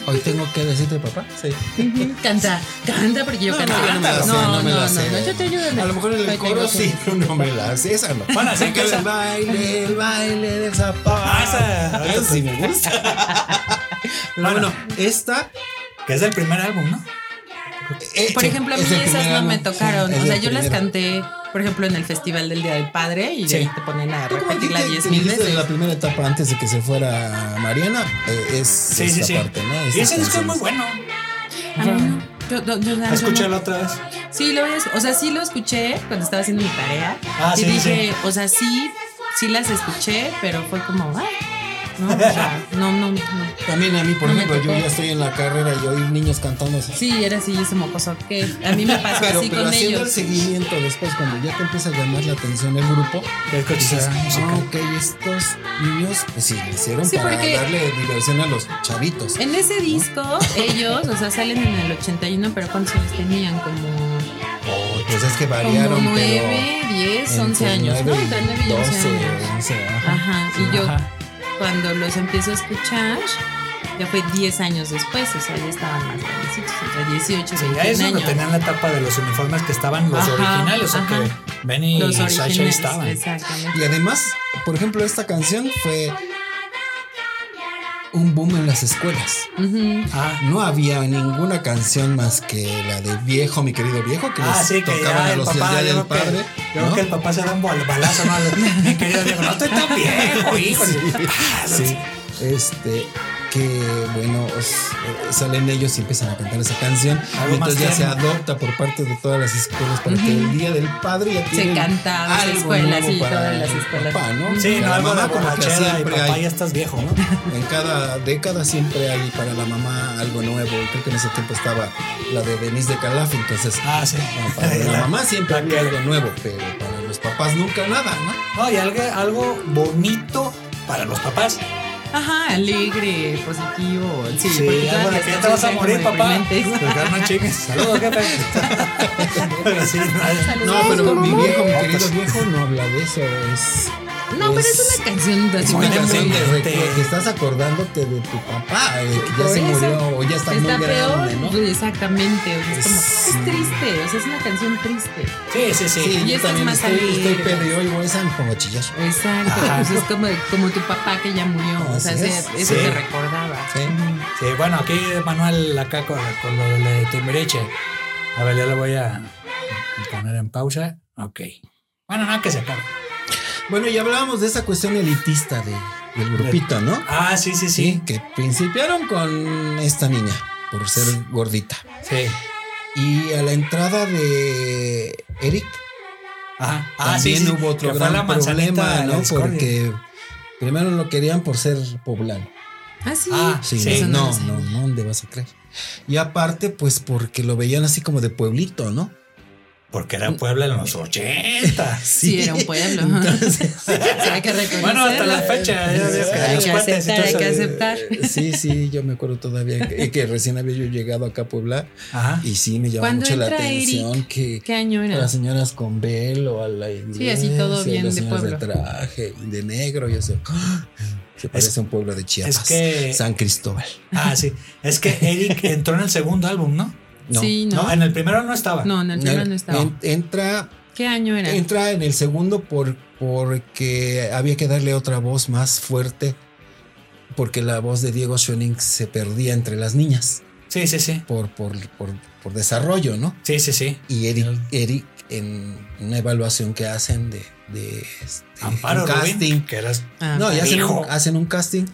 [SPEAKER 2] Hoy tengo que decirte, papá. Sí.
[SPEAKER 3] Ujú, Canta, canta porque yo
[SPEAKER 2] No,
[SPEAKER 3] canto.
[SPEAKER 2] no, yo no me la sé, no me la sé.
[SPEAKER 3] no, yo te ayudo.
[SPEAKER 2] A lo mejor en
[SPEAKER 3] Hoy
[SPEAKER 2] el coro
[SPEAKER 3] tengo
[SPEAKER 2] sí,
[SPEAKER 3] que-
[SPEAKER 2] pero no me la sé. Esa no.
[SPEAKER 1] Bueno, así
[SPEAKER 2] Así
[SPEAKER 1] que
[SPEAKER 2] que
[SPEAKER 1] esa-
[SPEAKER 2] el baile, el baile del zapato.
[SPEAKER 1] Ah, esa- ahorita
[SPEAKER 2] sí me gusta. Pero bueno, esta.
[SPEAKER 1] Que es del primer álbum, ¿no?
[SPEAKER 2] eh,
[SPEAKER 3] Por
[SPEAKER 2] sí,
[SPEAKER 3] ejemplo, a mí
[SPEAKER 2] es del
[SPEAKER 3] esas
[SPEAKER 2] primer
[SPEAKER 3] no me
[SPEAKER 2] álbum.
[SPEAKER 3] tocaron.
[SPEAKER 2] Sí, es
[SPEAKER 3] o sea,
[SPEAKER 2] del
[SPEAKER 3] yo las
[SPEAKER 2] primero.
[SPEAKER 3] canté, por ejemplo, en el Festival del Día del Padre y
[SPEAKER 1] Sí.
[SPEAKER 3] de ahí te ponen a
[SPEAKER 2] Tú como
[SPEAKER 3] repetirla
[SPEAKER 2] dijiste-
[SPEAKER 3] 10 mil
[SPEAKER 2] dijiste
[SPEAKER 3] veces.
[SPEAKER 2] La primera etapa antes de que se fuera Mariana eh, es
[SPEAKER 1] Sí, sí,
[SPEAKER 2] esta
[SPEAKER 1] sí.
[SPEAKER 2] parte, ¿no?
[SPEAKER 1] Y
[SPEAKER 2] Estas
[SPEAKER 1] ese disco es
[SPEAKER 2] canciones.
[SPEAKER 1] muy bueno.
[SPEAKER 3] A mí no. Ah, Yo, yo- yo- yo-
[SPEAKER 1] Escúchalo otra vez.
[SPEAKER 3] Sí, lo voy a- o sea, sí lo escuché cuando estaba haciendo mi tarea.
[SPEAKER 1] Ah,
[SPEAKER 3] y
[SPEAKER 1] sí,
[SPEAKER 3] dije, o sea, sí, sí las escuché, pero fue como, ay, no, o sea, no, no, no.
[SPEAKER 2] También a mí, por
[SPEAKER 3] No me
[SPEAKER 2] ejemplo, yo
[SPEAKER 3] tocó.
[SPEAKER 2] ya estoy en la carrera y oír niños cantando así.
[SPEAKER 3] Sí, era así ese mocoso que a mí me pasó
[SPEAKER 2] Pero,
[SPEAKER 3] así
[SPEAKER 2] pero
[SPEAKER 3] con
[SPEAKER 2] haciendo
[SPEAKER 3] ellos.
[SPEAKER 2] el seguimiento después, cuando ya te empieza a llamar la atención el grupo,
[SPEAKER 1] Que
[SPEAKER 3] Pues,
[SPEAKER 1] escuches
[SPEAKER 2] dices,
[SPEAKER 1] esa música.
[SPEAKER 2] ah, ok, estos niños, pues sí, lo hicieron
[SPEAKER 3] Sí,
[SPEAKER 2] para
[SPEAKER 3] porque-
[SPEAKER 2] darle diversión a los chavitos.
[SPEAKER 3] En ese disco, ellos, o sea, salen en el 81, pero ¿cuántos años tenían? Como,
[SPEAKER 2] Oh, pues es que
[SPEAKER 3] como
[SPEAKER 2] variaron,
[SPEAKER 3] 9, 10,
[SPEAKER 2] pero.
[SPEAKER 3] 11 años. No,
[SPEAKER 2] entre
[SPEAKER 3] entre 9 y 11 años.
[SPEAKER 2] 11, ajá.
[SPEAKER 3] Ajá, y yo
[SPEAKER 1] Ajá.
[SPEAKER 3] cuando los empiezo a escuchar, ya fue 10 años después, o sea, ya estaban más grandecitos, o sea, 18,
[SPEAKER 1] Ya
[SPEAKER 3] 21
[SPEAKER 1] es donde
[SPEAKER 3] años.
[SPEAKER 1] tenían la etapa de los uniformes que estaban los
[SPEAKER 3] Ajá,
[SPEAKER 1] originales, o
[SPEAKER 3] ajá.
[SPEAKER 1] que Benny
[SPEAKER 3] los
[SPEAKER 1] y Sasha
[SPEAKER 3] originales,
[SPEAKER 1] estaban.
[SPEAKER 3] exactamente.
[SPEAKER 2] Y además, por ejemplo, esta canción fue un boom en las escuelas.
[SPEAKER 3] Ujú.
[SPEAKER 1] Ah,
[SPEAKER 2] No había ninguna canción más que la de viejo, mi querido viejo, que
[SPEAKER 1] Ah,
[SPEAKER 2] les
[SPEAKER 1] sí, que
[SPEAKER 2] tocaban
[SPEAKER 1] ya
[SPEAKER 2] a
[SPEAKER 1] el
[SPEAKER 2] los del
[SPEAKER 1] papá,
[SPEAKER 2] Día del
[SPEAKER 1] yo creo que,
[SPEAKER 2] Padre.
[SPEAKER 1] yo creo
[SPEAKER 2] ¿no?
[SPEAKER 1] que el papá se da un bal- balazo, ¿no? Mi querido Diego, no estoy tan viejo, hijo.
[SPEAKER 2] Sí, este, que bueno, os- eh, salen ellos y empiezan a cantar esa canción.
[SPEAKER 1] Algo
[SPEAKER 2] Y entonces ya
[SPEAKER 1] más
[SPEAKER 2] se
[SPEAKER 1] tierno.
[SPEAKER 2] adopta por parte de todas las escuelas para que el Día del Padre ya
[SPEAKER 3] Se
[SPEAKER 2] tienen
[SPEAKER 3] canta en las
[SPEAKER 2] algo
[SPEAKER 3] escuelas
[SPEAKER 2] nuevo
[SPEAKER 3] y
[SPEAKER 2] para
[SPEAKER 3] todas las
[SPEAKER 2] el
[SPEAKER 3] escuelas.
[SPEAKER 2] papá, ¿no?
[SPEAKER 1] Sí,
[SPEAKER 2] Para
[SPEAKER 1] no,
[SPEAKER 2] la
[SPEAKER 1] algo de
[SPEAKER 2] mamá, como que
[SPEAKER 1] borrachera y
[SPEAKER 2] siempre
[SPEAKER 1] papá
[SPEAKER 2] hay,
[SPEAKER 1] ya estás viejo, ¿no?
[SPEAKER 2] ¿no? En cada década siempre hay para la mamá algo nuevo. Creo que en ese tiempo estaba la de Denise de Calaf, entonces
[SPEAKER 1] Ah, sí.
[SPEAKER 2] bueno, para la mamá siempre
[SPEAKER 1] La
[SPEAKER 2] había
[SPEAKER 1] que-
[SPEAKER 2] algo nuevo, pero para los papás nunca nada, ¿no?
[SPEAKER 1] No, y algo, algo bonito para los papás.
[SPEAKER 3] Ajá, alegre, positivo. Sí,
[SPEAKER 1] Sí,
[SPEAKER 3] porque todas
[SPEAKER 1] algo de
[SPEAKER 3] las
[SPEAKER 1] que ya te vas a
[SPEAKER 3] canciones
[SPEAKER 1] morir,
[SPEAKER 3] como
[SPEAKER 1] papá.
[SPEAKER 3] deprimentes.
[SPEAKER 1] Porque no chingues. Saludos, jefe. Pero sí, no,
[SPEAKER 3] Pues
[SPEAKER 2] No, pero mi viejo, mi querido
[SPEAKER 1] pues-
[SPEAKER 2] viejo, no habla de eso. Es,
[SPEAKER 3] No, pero es una canción de
[SPEAKER 2] es
[SPEAKER 1] muy
[SPEAKER 2] una canción de
[SPEAKER 1] emocionante.
[SPEAKER 2] recuerdo, que estás acordándote de tu papá, de que ya
[SPEAKER 3] Por
[SPEAKER 2] se
[SPEAKER 3] eso,
[SPEAKER 2] murió o ya está, muy grande,
[SPEAKER 3] Pues peor.
[SPEAKER 2] ¿no?
[SPEAKER 3] Sí, Exactamente. o sea, es como,
[SPEAKER 2] Sí.
[SPEAKER 3] es triste. O sea, es una canción triste.
[SPEAKER 1] sí, sí,
[SPEAKER 2] Sí,
[SPEAKER 1] sí.
[SPEAKER 3] Y
[SPEAKER 2] yo
[SPEAKER 3] esta es
[SPEAKER 2] también
[SPEAKER 3] más
[SPEAKER 2] estoy, estoy
[SPEAKER 3] alegre.
[SPEAKER 2] pedo y voy a San como a chillar.
[SPEAKER 3] Exacto. pues es como, como tu papá que ya murió. O sea,
[SPEAKER 2] Así
[SPEAKER 3] ese,
[SPEAKER 2] es.
[SPEAKER 3] ese
[SPEAKER 1] Sí.
[SPEAKER 3] te recordaba.
[SPEAKER 2] Sí.
[SPEAKER 3] Ujú.
[SPEAKER 1] Sí, bueno, aquí Manuel acá con, con lo de Timbiriche. A ver, ya lo voy a poner en pausa. Ok. Bueno, nada que se acabe.
[SPEAKER 2] Bueno, y hablábamos de esa cuestión elitista de, del grupito, ¿no?
[SPEAKER 1] Ah, sí, sí, sí.
[SPEAKER 2] Que principiaron con esta niña por ser gordita.
[SPEAKER 1] Sí.
[SPEAKER 2] Y a la entrada de Eric
[SPEAKER 1] Ajá. Ah, sí,
[SPEAKER 2] también
[SPEAKER 1] sí.
[SPEAKER 2] hubo otro
[SPEAKER 1] Que fue la
[SPEAKER 2] gran
[SPEAKER 1] manzanita
[SPEAKER 2] problema,
[SPEAKER 1] de la
[SPEAKER 2] ¿no?
[SPEAKER 1] discordia.
[SPEAKER 2] Porque primero lo querían por ser poblano.
[SPEAKER 3] Ah, sí.
[SPEAKER 1] Ah,
[SPEAKER 2] Sí,
[SPEAKER 1] Sí.
[SPEAKER 3] Eso
[SPEAKER 2] no,
[SPEAKER 3] lo sé.
[SPEAKER 2] no, no, ¿dónde vas a creer? Y aparte, pues porque lo veían así como de pueblito, ¿no?
[SPEAKER 1] Porque era Puebla en los 80.
[SPEAKER 3] Sí, era un pueblo.
[SPEAKER 2] Entonces,
[SPEAKER 3] O sea, hay que reconocerlo.
[SPEAKER 1] Bueno, hasta la fecha. ya digo que
[SPEAKER 3] Hay
[SPEAKER 1] los
[SPEAKER 3] que
[SPEAKER 1] cuates y
[SPEAKER 3] aceptar,
[SPEAKER 1] todo
[SPEAKER 3] hay
[SPEAKER 1] eso.
[SPEAKER 3] que aceptar.
[SPEAKER 2] Sí, sí, yo me acuerdo todavía que, que recién había yo llegado acá a Puebla
[SPEAKER 1] Ajá.
[SPEAKER 2] y sí me llamó
[SPEAKER 3] ¿Cuándo
[SPEAKER 2] mucho la
[SPEAKER 3] entra
[SPEAKER 2] atención que
[SPEAKER 3] ¿Qué año
[SPEAKER 2] a
[SPEAKER 3] era?
[SPEAKER 2] las señoras con velo, a la iglesia,
[SPEAKER 3] así todo bien
[SPEAKER 2] las
[SPEAKER 3] de
[SPEAKER 2] señoras
[SPEAKER 3] pueblo.
[SPEAKER 2] traje, de negro, yo sé. ¡ah! Se parece a un pueblo de Chiapas.
[SPEAKER 1] es que-
[SPEAKER 2] San Cristóbal.
[SPEAKER 1] Ah, sí. Es que Eric entró en el segundo álbum, ¿no?
[SPEAKER 2] No.
[SPEAKER 3] Sí,
[SPEAKER 1] No,
[SPEAKER 3] no.
[SPEAKER 1] en el primero no estaba.
[SPEAKER 3] No, en el primero no estaba.
[SPEAKER 2] En- entra,
[SPEAKER 3] ¿Qué año era?
[SPEAKER 2] entra en el segundo por, porque había que darle otra voz más fuerte, porque la voz de Diego Schoening se perdía entre las niñas
[SPEAKER 1] Sí, sí, sí.
[SPEAKER 2] por, por, por, por desarrollo, ¿no?
[SPEAKER 1] Sí, sí, sí.
[SPEAKER 2] Y Eric, Eric en una evaluación que hacen de, de este,
[SPEAKER 1] Amparo
[SPEAKER 2] un
[SPEAKER 1] Rubín,
[SPEAKER 2] casting.
[SPEAKER 1] que eras.
[SPEAKER 3] Ah,
[SPEAKER 2] No, y hacen
[SPEAKER 1] Hijo.
[SPEAKER 2] un, hacen un casting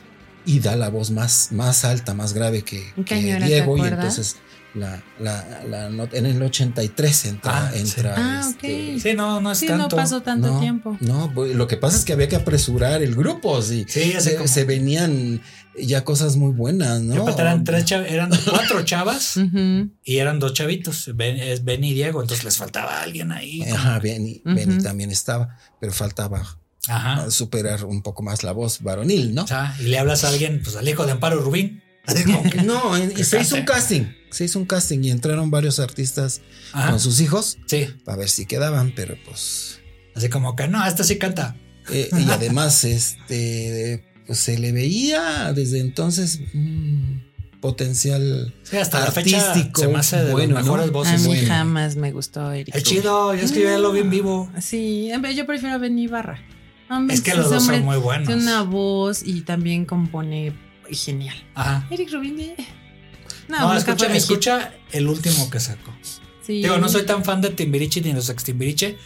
[SPEAKER 2] y da la voz más, más alta, más grave que,
[SPEAKER 3] ¿En
[SPEAKER 2] que
[SPEAKER 3] qué año era, te
[SPEAKER 2] Diego. Y
[SPEAKER 3] acuerdas?
[SPEAKER 2] entonces la, la, la not- en el 83 entra.
[SPEAKER 1] Ah, sí.
[SPEAKER 2] entra
[SPEAKER 3] Ah,
[SPEAKER 2] este,
[SPEAKER 3] ok.
[SPEAKER 1] Sí, no, no es
[SPEAKER 3] sí,
[SPEAKER 1] tanto.
[SPEAKER 3] no pasó tanto
[SPEAKER 2] no,
[SPEAKER 3] tiempo.
[SPEAKER 2] No, bu- lo que pasa es que había que apresurar el grupo. Sí,
[SPEAKER 1] Sí, ya sé
[SPEAKER 2] se,
[SPEAKER 1] cómo.
[SPEAKER 2] se venían ya cosas muy buenas,
[SPEAKER 1] De
[SPEAKER 2] ¿no?
[SPEAKER 1] repente eran, tres chav- eran cuatro chavas
[SPEAKER 3] Ujú.
[SPEAKER 1] y eran dos chavitos, Ben, es ben y Diego, entonces les faltaba alguien ahí.
[SPEAKER 2] Ajá, Benny, Benny
[SPEAKER 3] Ujú.
[SPEAKER 2] también estaba, pero faltaba
[SPEAKER 1] Ajá.
[SPEAKER 2] a superar un poco más la voz varonil, ¿no?
[SPEAKER 1] O sea, y le hablas a alguien, pues al hijo de Amparo Rubín. Así como que-
[SPEAKER 2] No, en-
[SPEAKER 1] Que
[SPEAKER 2] se hizo
[SPEAKER 1] cante.
[SPEAKER 2] un casting. Se hizo un casting y entraron varios artistas
[SPEAKER 1] Ajá.
[SPEAKER 2] con sus hijos
[SPEAKER 1] Sí,
[SPEAKER 2] para ver si quedaban, pero pues.
[SPEAKER 1] así como que no, esta sí canta.
[SPEAKER 2] eh, y además, este, pues se le veía desde entonces mm, potencial.
[SPEAKER 1] Sí, hasta la fecha
[SPEAKER 2] Artístico,
[SPEAKER 1] se me hace de
[SPEAKER 2] bueno,
[SPEAKER 1] las mejores
[SPEAKER 2] ¿no?
[SPEAKER 3] A
[SPEAKER 1] voces.
[SPEAKER 3] mí
[SPEAKER 2] bueno.
[SPEAKER 3] jamás me gustó Eric.
[SPEAKER 1] Es chido, yo es que yo ya lo vi en vivo.
[SPEAKER 3] Sí, en vez- yo prefiero a Benny Barra.
[SPEAKER 1] Es que los dos son muy buenos.
[SPEAKER 3] Tiene una voz y también compone genial.
[SPEAKER 1] Ajá.
[SPEAKER 3] Eric Rubin. eh. No,
[SPEAKER 1] No,
[SPEAKER 3] nunca fue
[SPEAKER 1] escucha,
[SPEAKER 3] mi hit.
[SPEAKER 1] escucha el último que sacó.
[SPEAKER 3] Sí.
[SPEAKER 1] Digo, no soy tan fan de Timbiriche ni de los ex Timbiriche,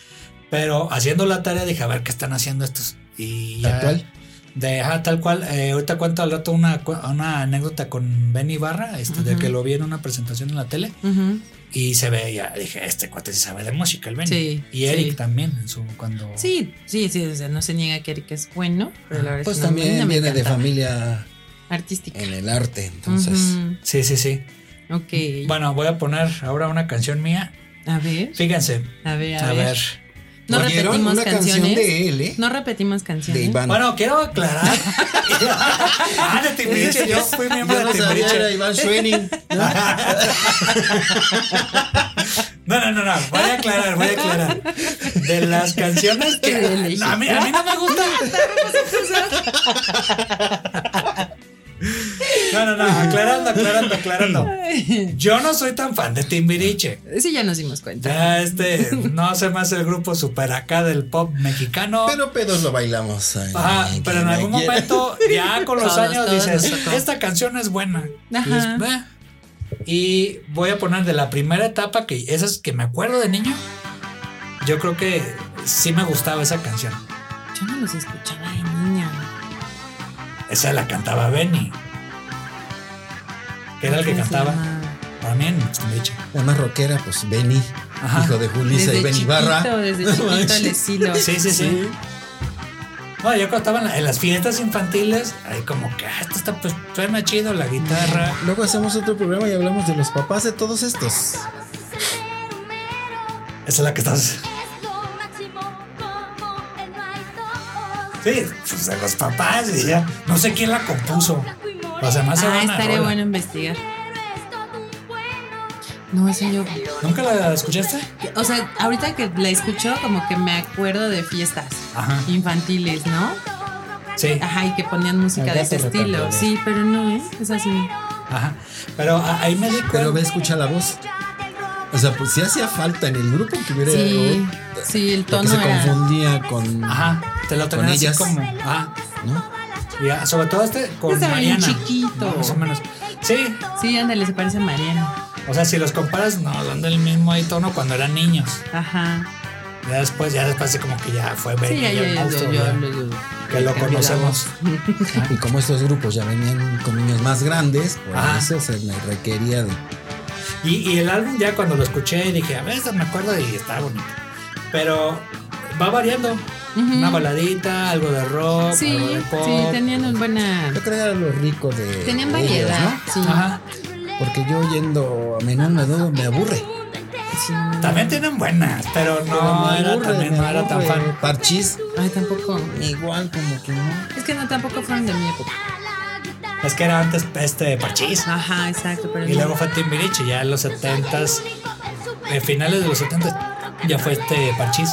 [SPEAKER 1] pero haciendo la tarea dije, a ver qué están haciendo estos. Y ya-
[SPEAKER 2] Actual.
[SPEAKER 1] De, ajá, tal cual. Eh, ahorita cuento al rato una, cu- una anécdota con Ben Ibarra, este, de
[SPEAKER 3] Ujú.
[SPEAKER 1] que lo vi en una presentación en la tele
[SPEAKER 3] Ujú.
[SPEAKER 1] y se veía. Dije, este cuate sí sabe de música, el Ben.
[SPEAKER 3] Sí,
[SPEAKER 1] y Eric
[SPEAKER 3] sí.
[SPEAKER 1] también, en su, cuando.
[SPEAKER 3] Sí, sí, sí, o sea, no se niega que Eric es bueno, pero
[SPEAKER 1] Ah,
[SPEAKER 3] la verdad
[SPEAKER 2] Pues
[SPEAKER 3] es que no, a mí
[SPEAKER 2] también
[SPEAKER 3] no me
[SPEAKER 2] viene de
[SPEAKER 3] encanta.
[SPEAKER 2] familia
[SPEAKER 3] artística.
[SPEAKER 2] en el arte, entonces.
[SPEAKER 1] Sí, sí, sí.
[SPEAKER 3] Ujú. Ok.
[SPEAKER 1] Bueno, voy a poner ahora una canción mía.
[SPEAKER 3] a ver,
[SPEAKER 1] Fíjense,
[SPEAKER 3] a ver,
[SPEAKER 1] a ver.
[SPEAKER 3] No
[SPEAKER 2] Ponieron
[SPEAKER 3] repetimos
[SPEAKER 2] una canción
[SPEAKER 3] canciones.
[SPEAKER 2] de él, ¿eh?
[SPEAKER 3] No repetimos canciones.
[SPEAKER 2] de Iván.
[SPEAKER 1] Bueno, quiero aclarar. ah, de Timbiriche, yo fui
[SPEAKER 2] Yo
[SPEAKER 1] miembro
[SPEAKER 2] no
[SPEAKER 1] de
[SPEAKER 2] sabía,
[SPEAKER 1] Timbiriche.
[SPEAKER 2] era Iván Schwenning.
[SPEAKER 1] No, no, no, no. Voy a aclarar, voy a aclarar. De las canciones que.
[SPEAKER 3] Elige.
[SPEAKER 1] No, a, mí, a mí no me gustan. No, no, no. Aclarando, aclarando, aclarando. Yo no soy tan fan de Timbiriche.
[SPEAKER 3] Sí, ya nos dimos cuenta.
[SPEAKER 1] Ya este. No se más el grupo super acá del pop mexicano.
[SPEAKER 2] Pero pedos lo bailamos. ay,
[SPEAKER 1] Ajá,
[SPEAKER 2] ay,
[SPEAKER 1] pero en
[SPEAKER 2] quien
[SPEAKER 1] algún
[SPEAKER 2] la quiera.
[SPEAKER 1] momento, ya con los
[SPEAKER 3] Todos,
[SPEAKER 1] años,
[SPEAKER 3] todos
[SPEAKER 1] dices,
[SPEAKER 3] nos tocó.
[SPEAKER 1] esta canción es buena. Y
[SPEAKER 3] Ajá.
[SPEAKER 1] dices, "Bah". Y voy a poner de la primera etapa, que esas que me acuerdo de niño, yo creo que sí me gustaba esa canción.
[SPEAKER 3] Yo no los escuchaba de niña.
[SPEAKER 1] Esa la cantaba Benny. Que era el que
[SPEAKER 3] ¿Cómo se
[SPEAKER 1] cantaba.
[SPEAKER 3] llamaba?
[SPEAKER 1] También, Mixtepeche.
[SPEAKER 2] La más rockera, pues Benny,
[SPEAKER 1] Ajá.
[SPEAKER 2] hijo de Julisa y
[SPEAKER 3] Desde
[SPEAKER 2] Benny
[SPEAKER 3] chiquito,
[SPEAKER 2] Barra.
[SPEAKER 3] desde chiquito al estilo.
[SPEAKER 1] Sí, sí, sí. No, yo cuando estaba en, la- en las fiestas infantiles, ahí como que, ah, esto está pues, suena chido la guitarra.
[SPEAKER 2] Luego hacemos otro programa y hablamos de los papás de todos estos.
[SPEAKER 1] Esa es la que estás.
[SPEAKER 5] Es lo máximo.
[SPEAKER 1] Sí, pues de los papás y ya. No sé quién la compuso. O sea, más
[SPEAKER 3] Ah,
[SPEAKER 1] era una
[SPEAKER 3] estaría
[SPEAKER 1] rola.
[SPEAKER 3] bueno investigar. No, esa yo.
[SPEAKER 1] ¿Nunca la escuchaste?
[SPEAKER 3] O sea, ahorita que la escucho, como que me acuerdo de fiestas
[SPEAKER 1] Ajá.
[SPEAKER 3] infantiles, ¿no?
[SPEAKER 1] Sí.
[SPEAKER 3] Ajá, y que ponían música
[SPEAKER 1] Al
[SPEAKER 3] de
[SPEAKER 1] gato
[SPEAKER 3] ese
[SPEAKER 1] lo
[SPEAKER 3] estilo.
[SPEAKER 1] cambiaré.
[SPEAKER 3] Sí, pero no, ¿eh? Es así.
[SPEAKER 1] Ajá. Pero a- ahí me di
[SPEAKER 2] Pero
[SPEAKER 1] cuenta.
[SPEAKER 2] ve, escucha la voz. O sea, pues si hacía falta en el grupo que hubiera
[SPEAKER 3] Sí,
[SPEAKER 1] ¿eh?
[SPEAKER 2] algo
[SPEAKER 3] sí, el
[SPEAKER 2] que
[SPEAKER 3] tono
[SPEAKER 2] se
[SPEAKER 3] era.
[SPEAKER 2] confundía con.
[SPEAKER 1] Ajá. Te lo
[SPEAKER 2] Con
[SPEAKER 1] tenías así
[SPEAKER 2] ellas.
[SPEAKER 1] como. Ajá.
[SPEAKER 2] ¿no?
[SPEAKER 1] Y ah, sobre todo este con
[SPEAKER 3] Estaba bien
[SPEAKER 1] Mariana.
[SPEAKER 3] chiquito.
[SPEAKER 1] Más o menos. Sí.
[SPEAKER 3] Sí, ándale, se parece a Mariana.
[SPEAKER 1] O sea, si los comparas, no, son del mismo ahí tono cuando eran niños.
[SPEAKER 3] Ajá.
[SPEAKER 1] Ya después, ya después así como que ya fue
[SPEAKER 3] Sí,
[SPEAKER 1] Benny
[SPEAKER 3] ya,
[SPEAKER 1] y
[SPEAKER 3] ya,
[SPEAKER 1] el
[SPEAKER 3] ya,
[SPEAKER 1] monstruo,
[SPEAKER 3] yo-
[SPEAKER 1] ya.
[SPEAKER 3] yo- yo-
[SPEAKER 1] que lo
[SPEAKER 3] cambió la voz.
[SPEAKER 1] conocemos.
[SPEAKER 2] Y como estos grupos ya venían con niños más grandes, por
[SPEAKER 1] Ajá.
[SPEAKER 2] eso se me requería de.
[SPEAKER 1] Y, y el álbum ya cuando lo escuché dije, a ver, esta me acuerdo y está bonito. Pero va variando.
[SPEAKER 3] Ujú.
[SPEAKER 1] Una baladita, algo de rock,
[SPEAKER 3] Sí,
[SPEAKER 1] algo de pop.
[SPEAKER 3] sí, tenían un buena.
[SPEAKER 2] Yo creo que era lo rico de.
[SPEAKER 3] Tenían
[SPEAKER 2] de ellos,
[SPEAKER 3] variedad. Sí.
[SPEAKER 1] Ajá.
[SPEAKER 2] ¿no? Porque yo yendo a menudo me aburre.
[SPEAKER 3] sí.
[SPEAKER 1] También tienen buenas, pero no,
[SPEAKER 2] me
[SPEAKER 1] era,
[SPEAKER 2] aburre,
[SPEAKER 1] también,
[SPEAKER 2] me
[SPEAKER 1] no era tan
[SPEAKER 2] aburre.
[SPEAKER 1] fan.
[SPEAKER 2] Parchís,
[SPEAKER 3] Ay, tampoco.
[SPEAKER 2] igual como que no.
[SPEAKER 3] Es que no, tampoco fueron de mi época.
[SPEAKER 1] Es que era antes este Parchís.
[SPEAKER 3] Ajá, exacto, pero
[SPEAKER 1] Y
[SPEAKER 3] no.
[SPEAKER 1] luego fue Timbiriche, ya en los 70s, en Eh, finales de los 70s, ya fue este Parchís.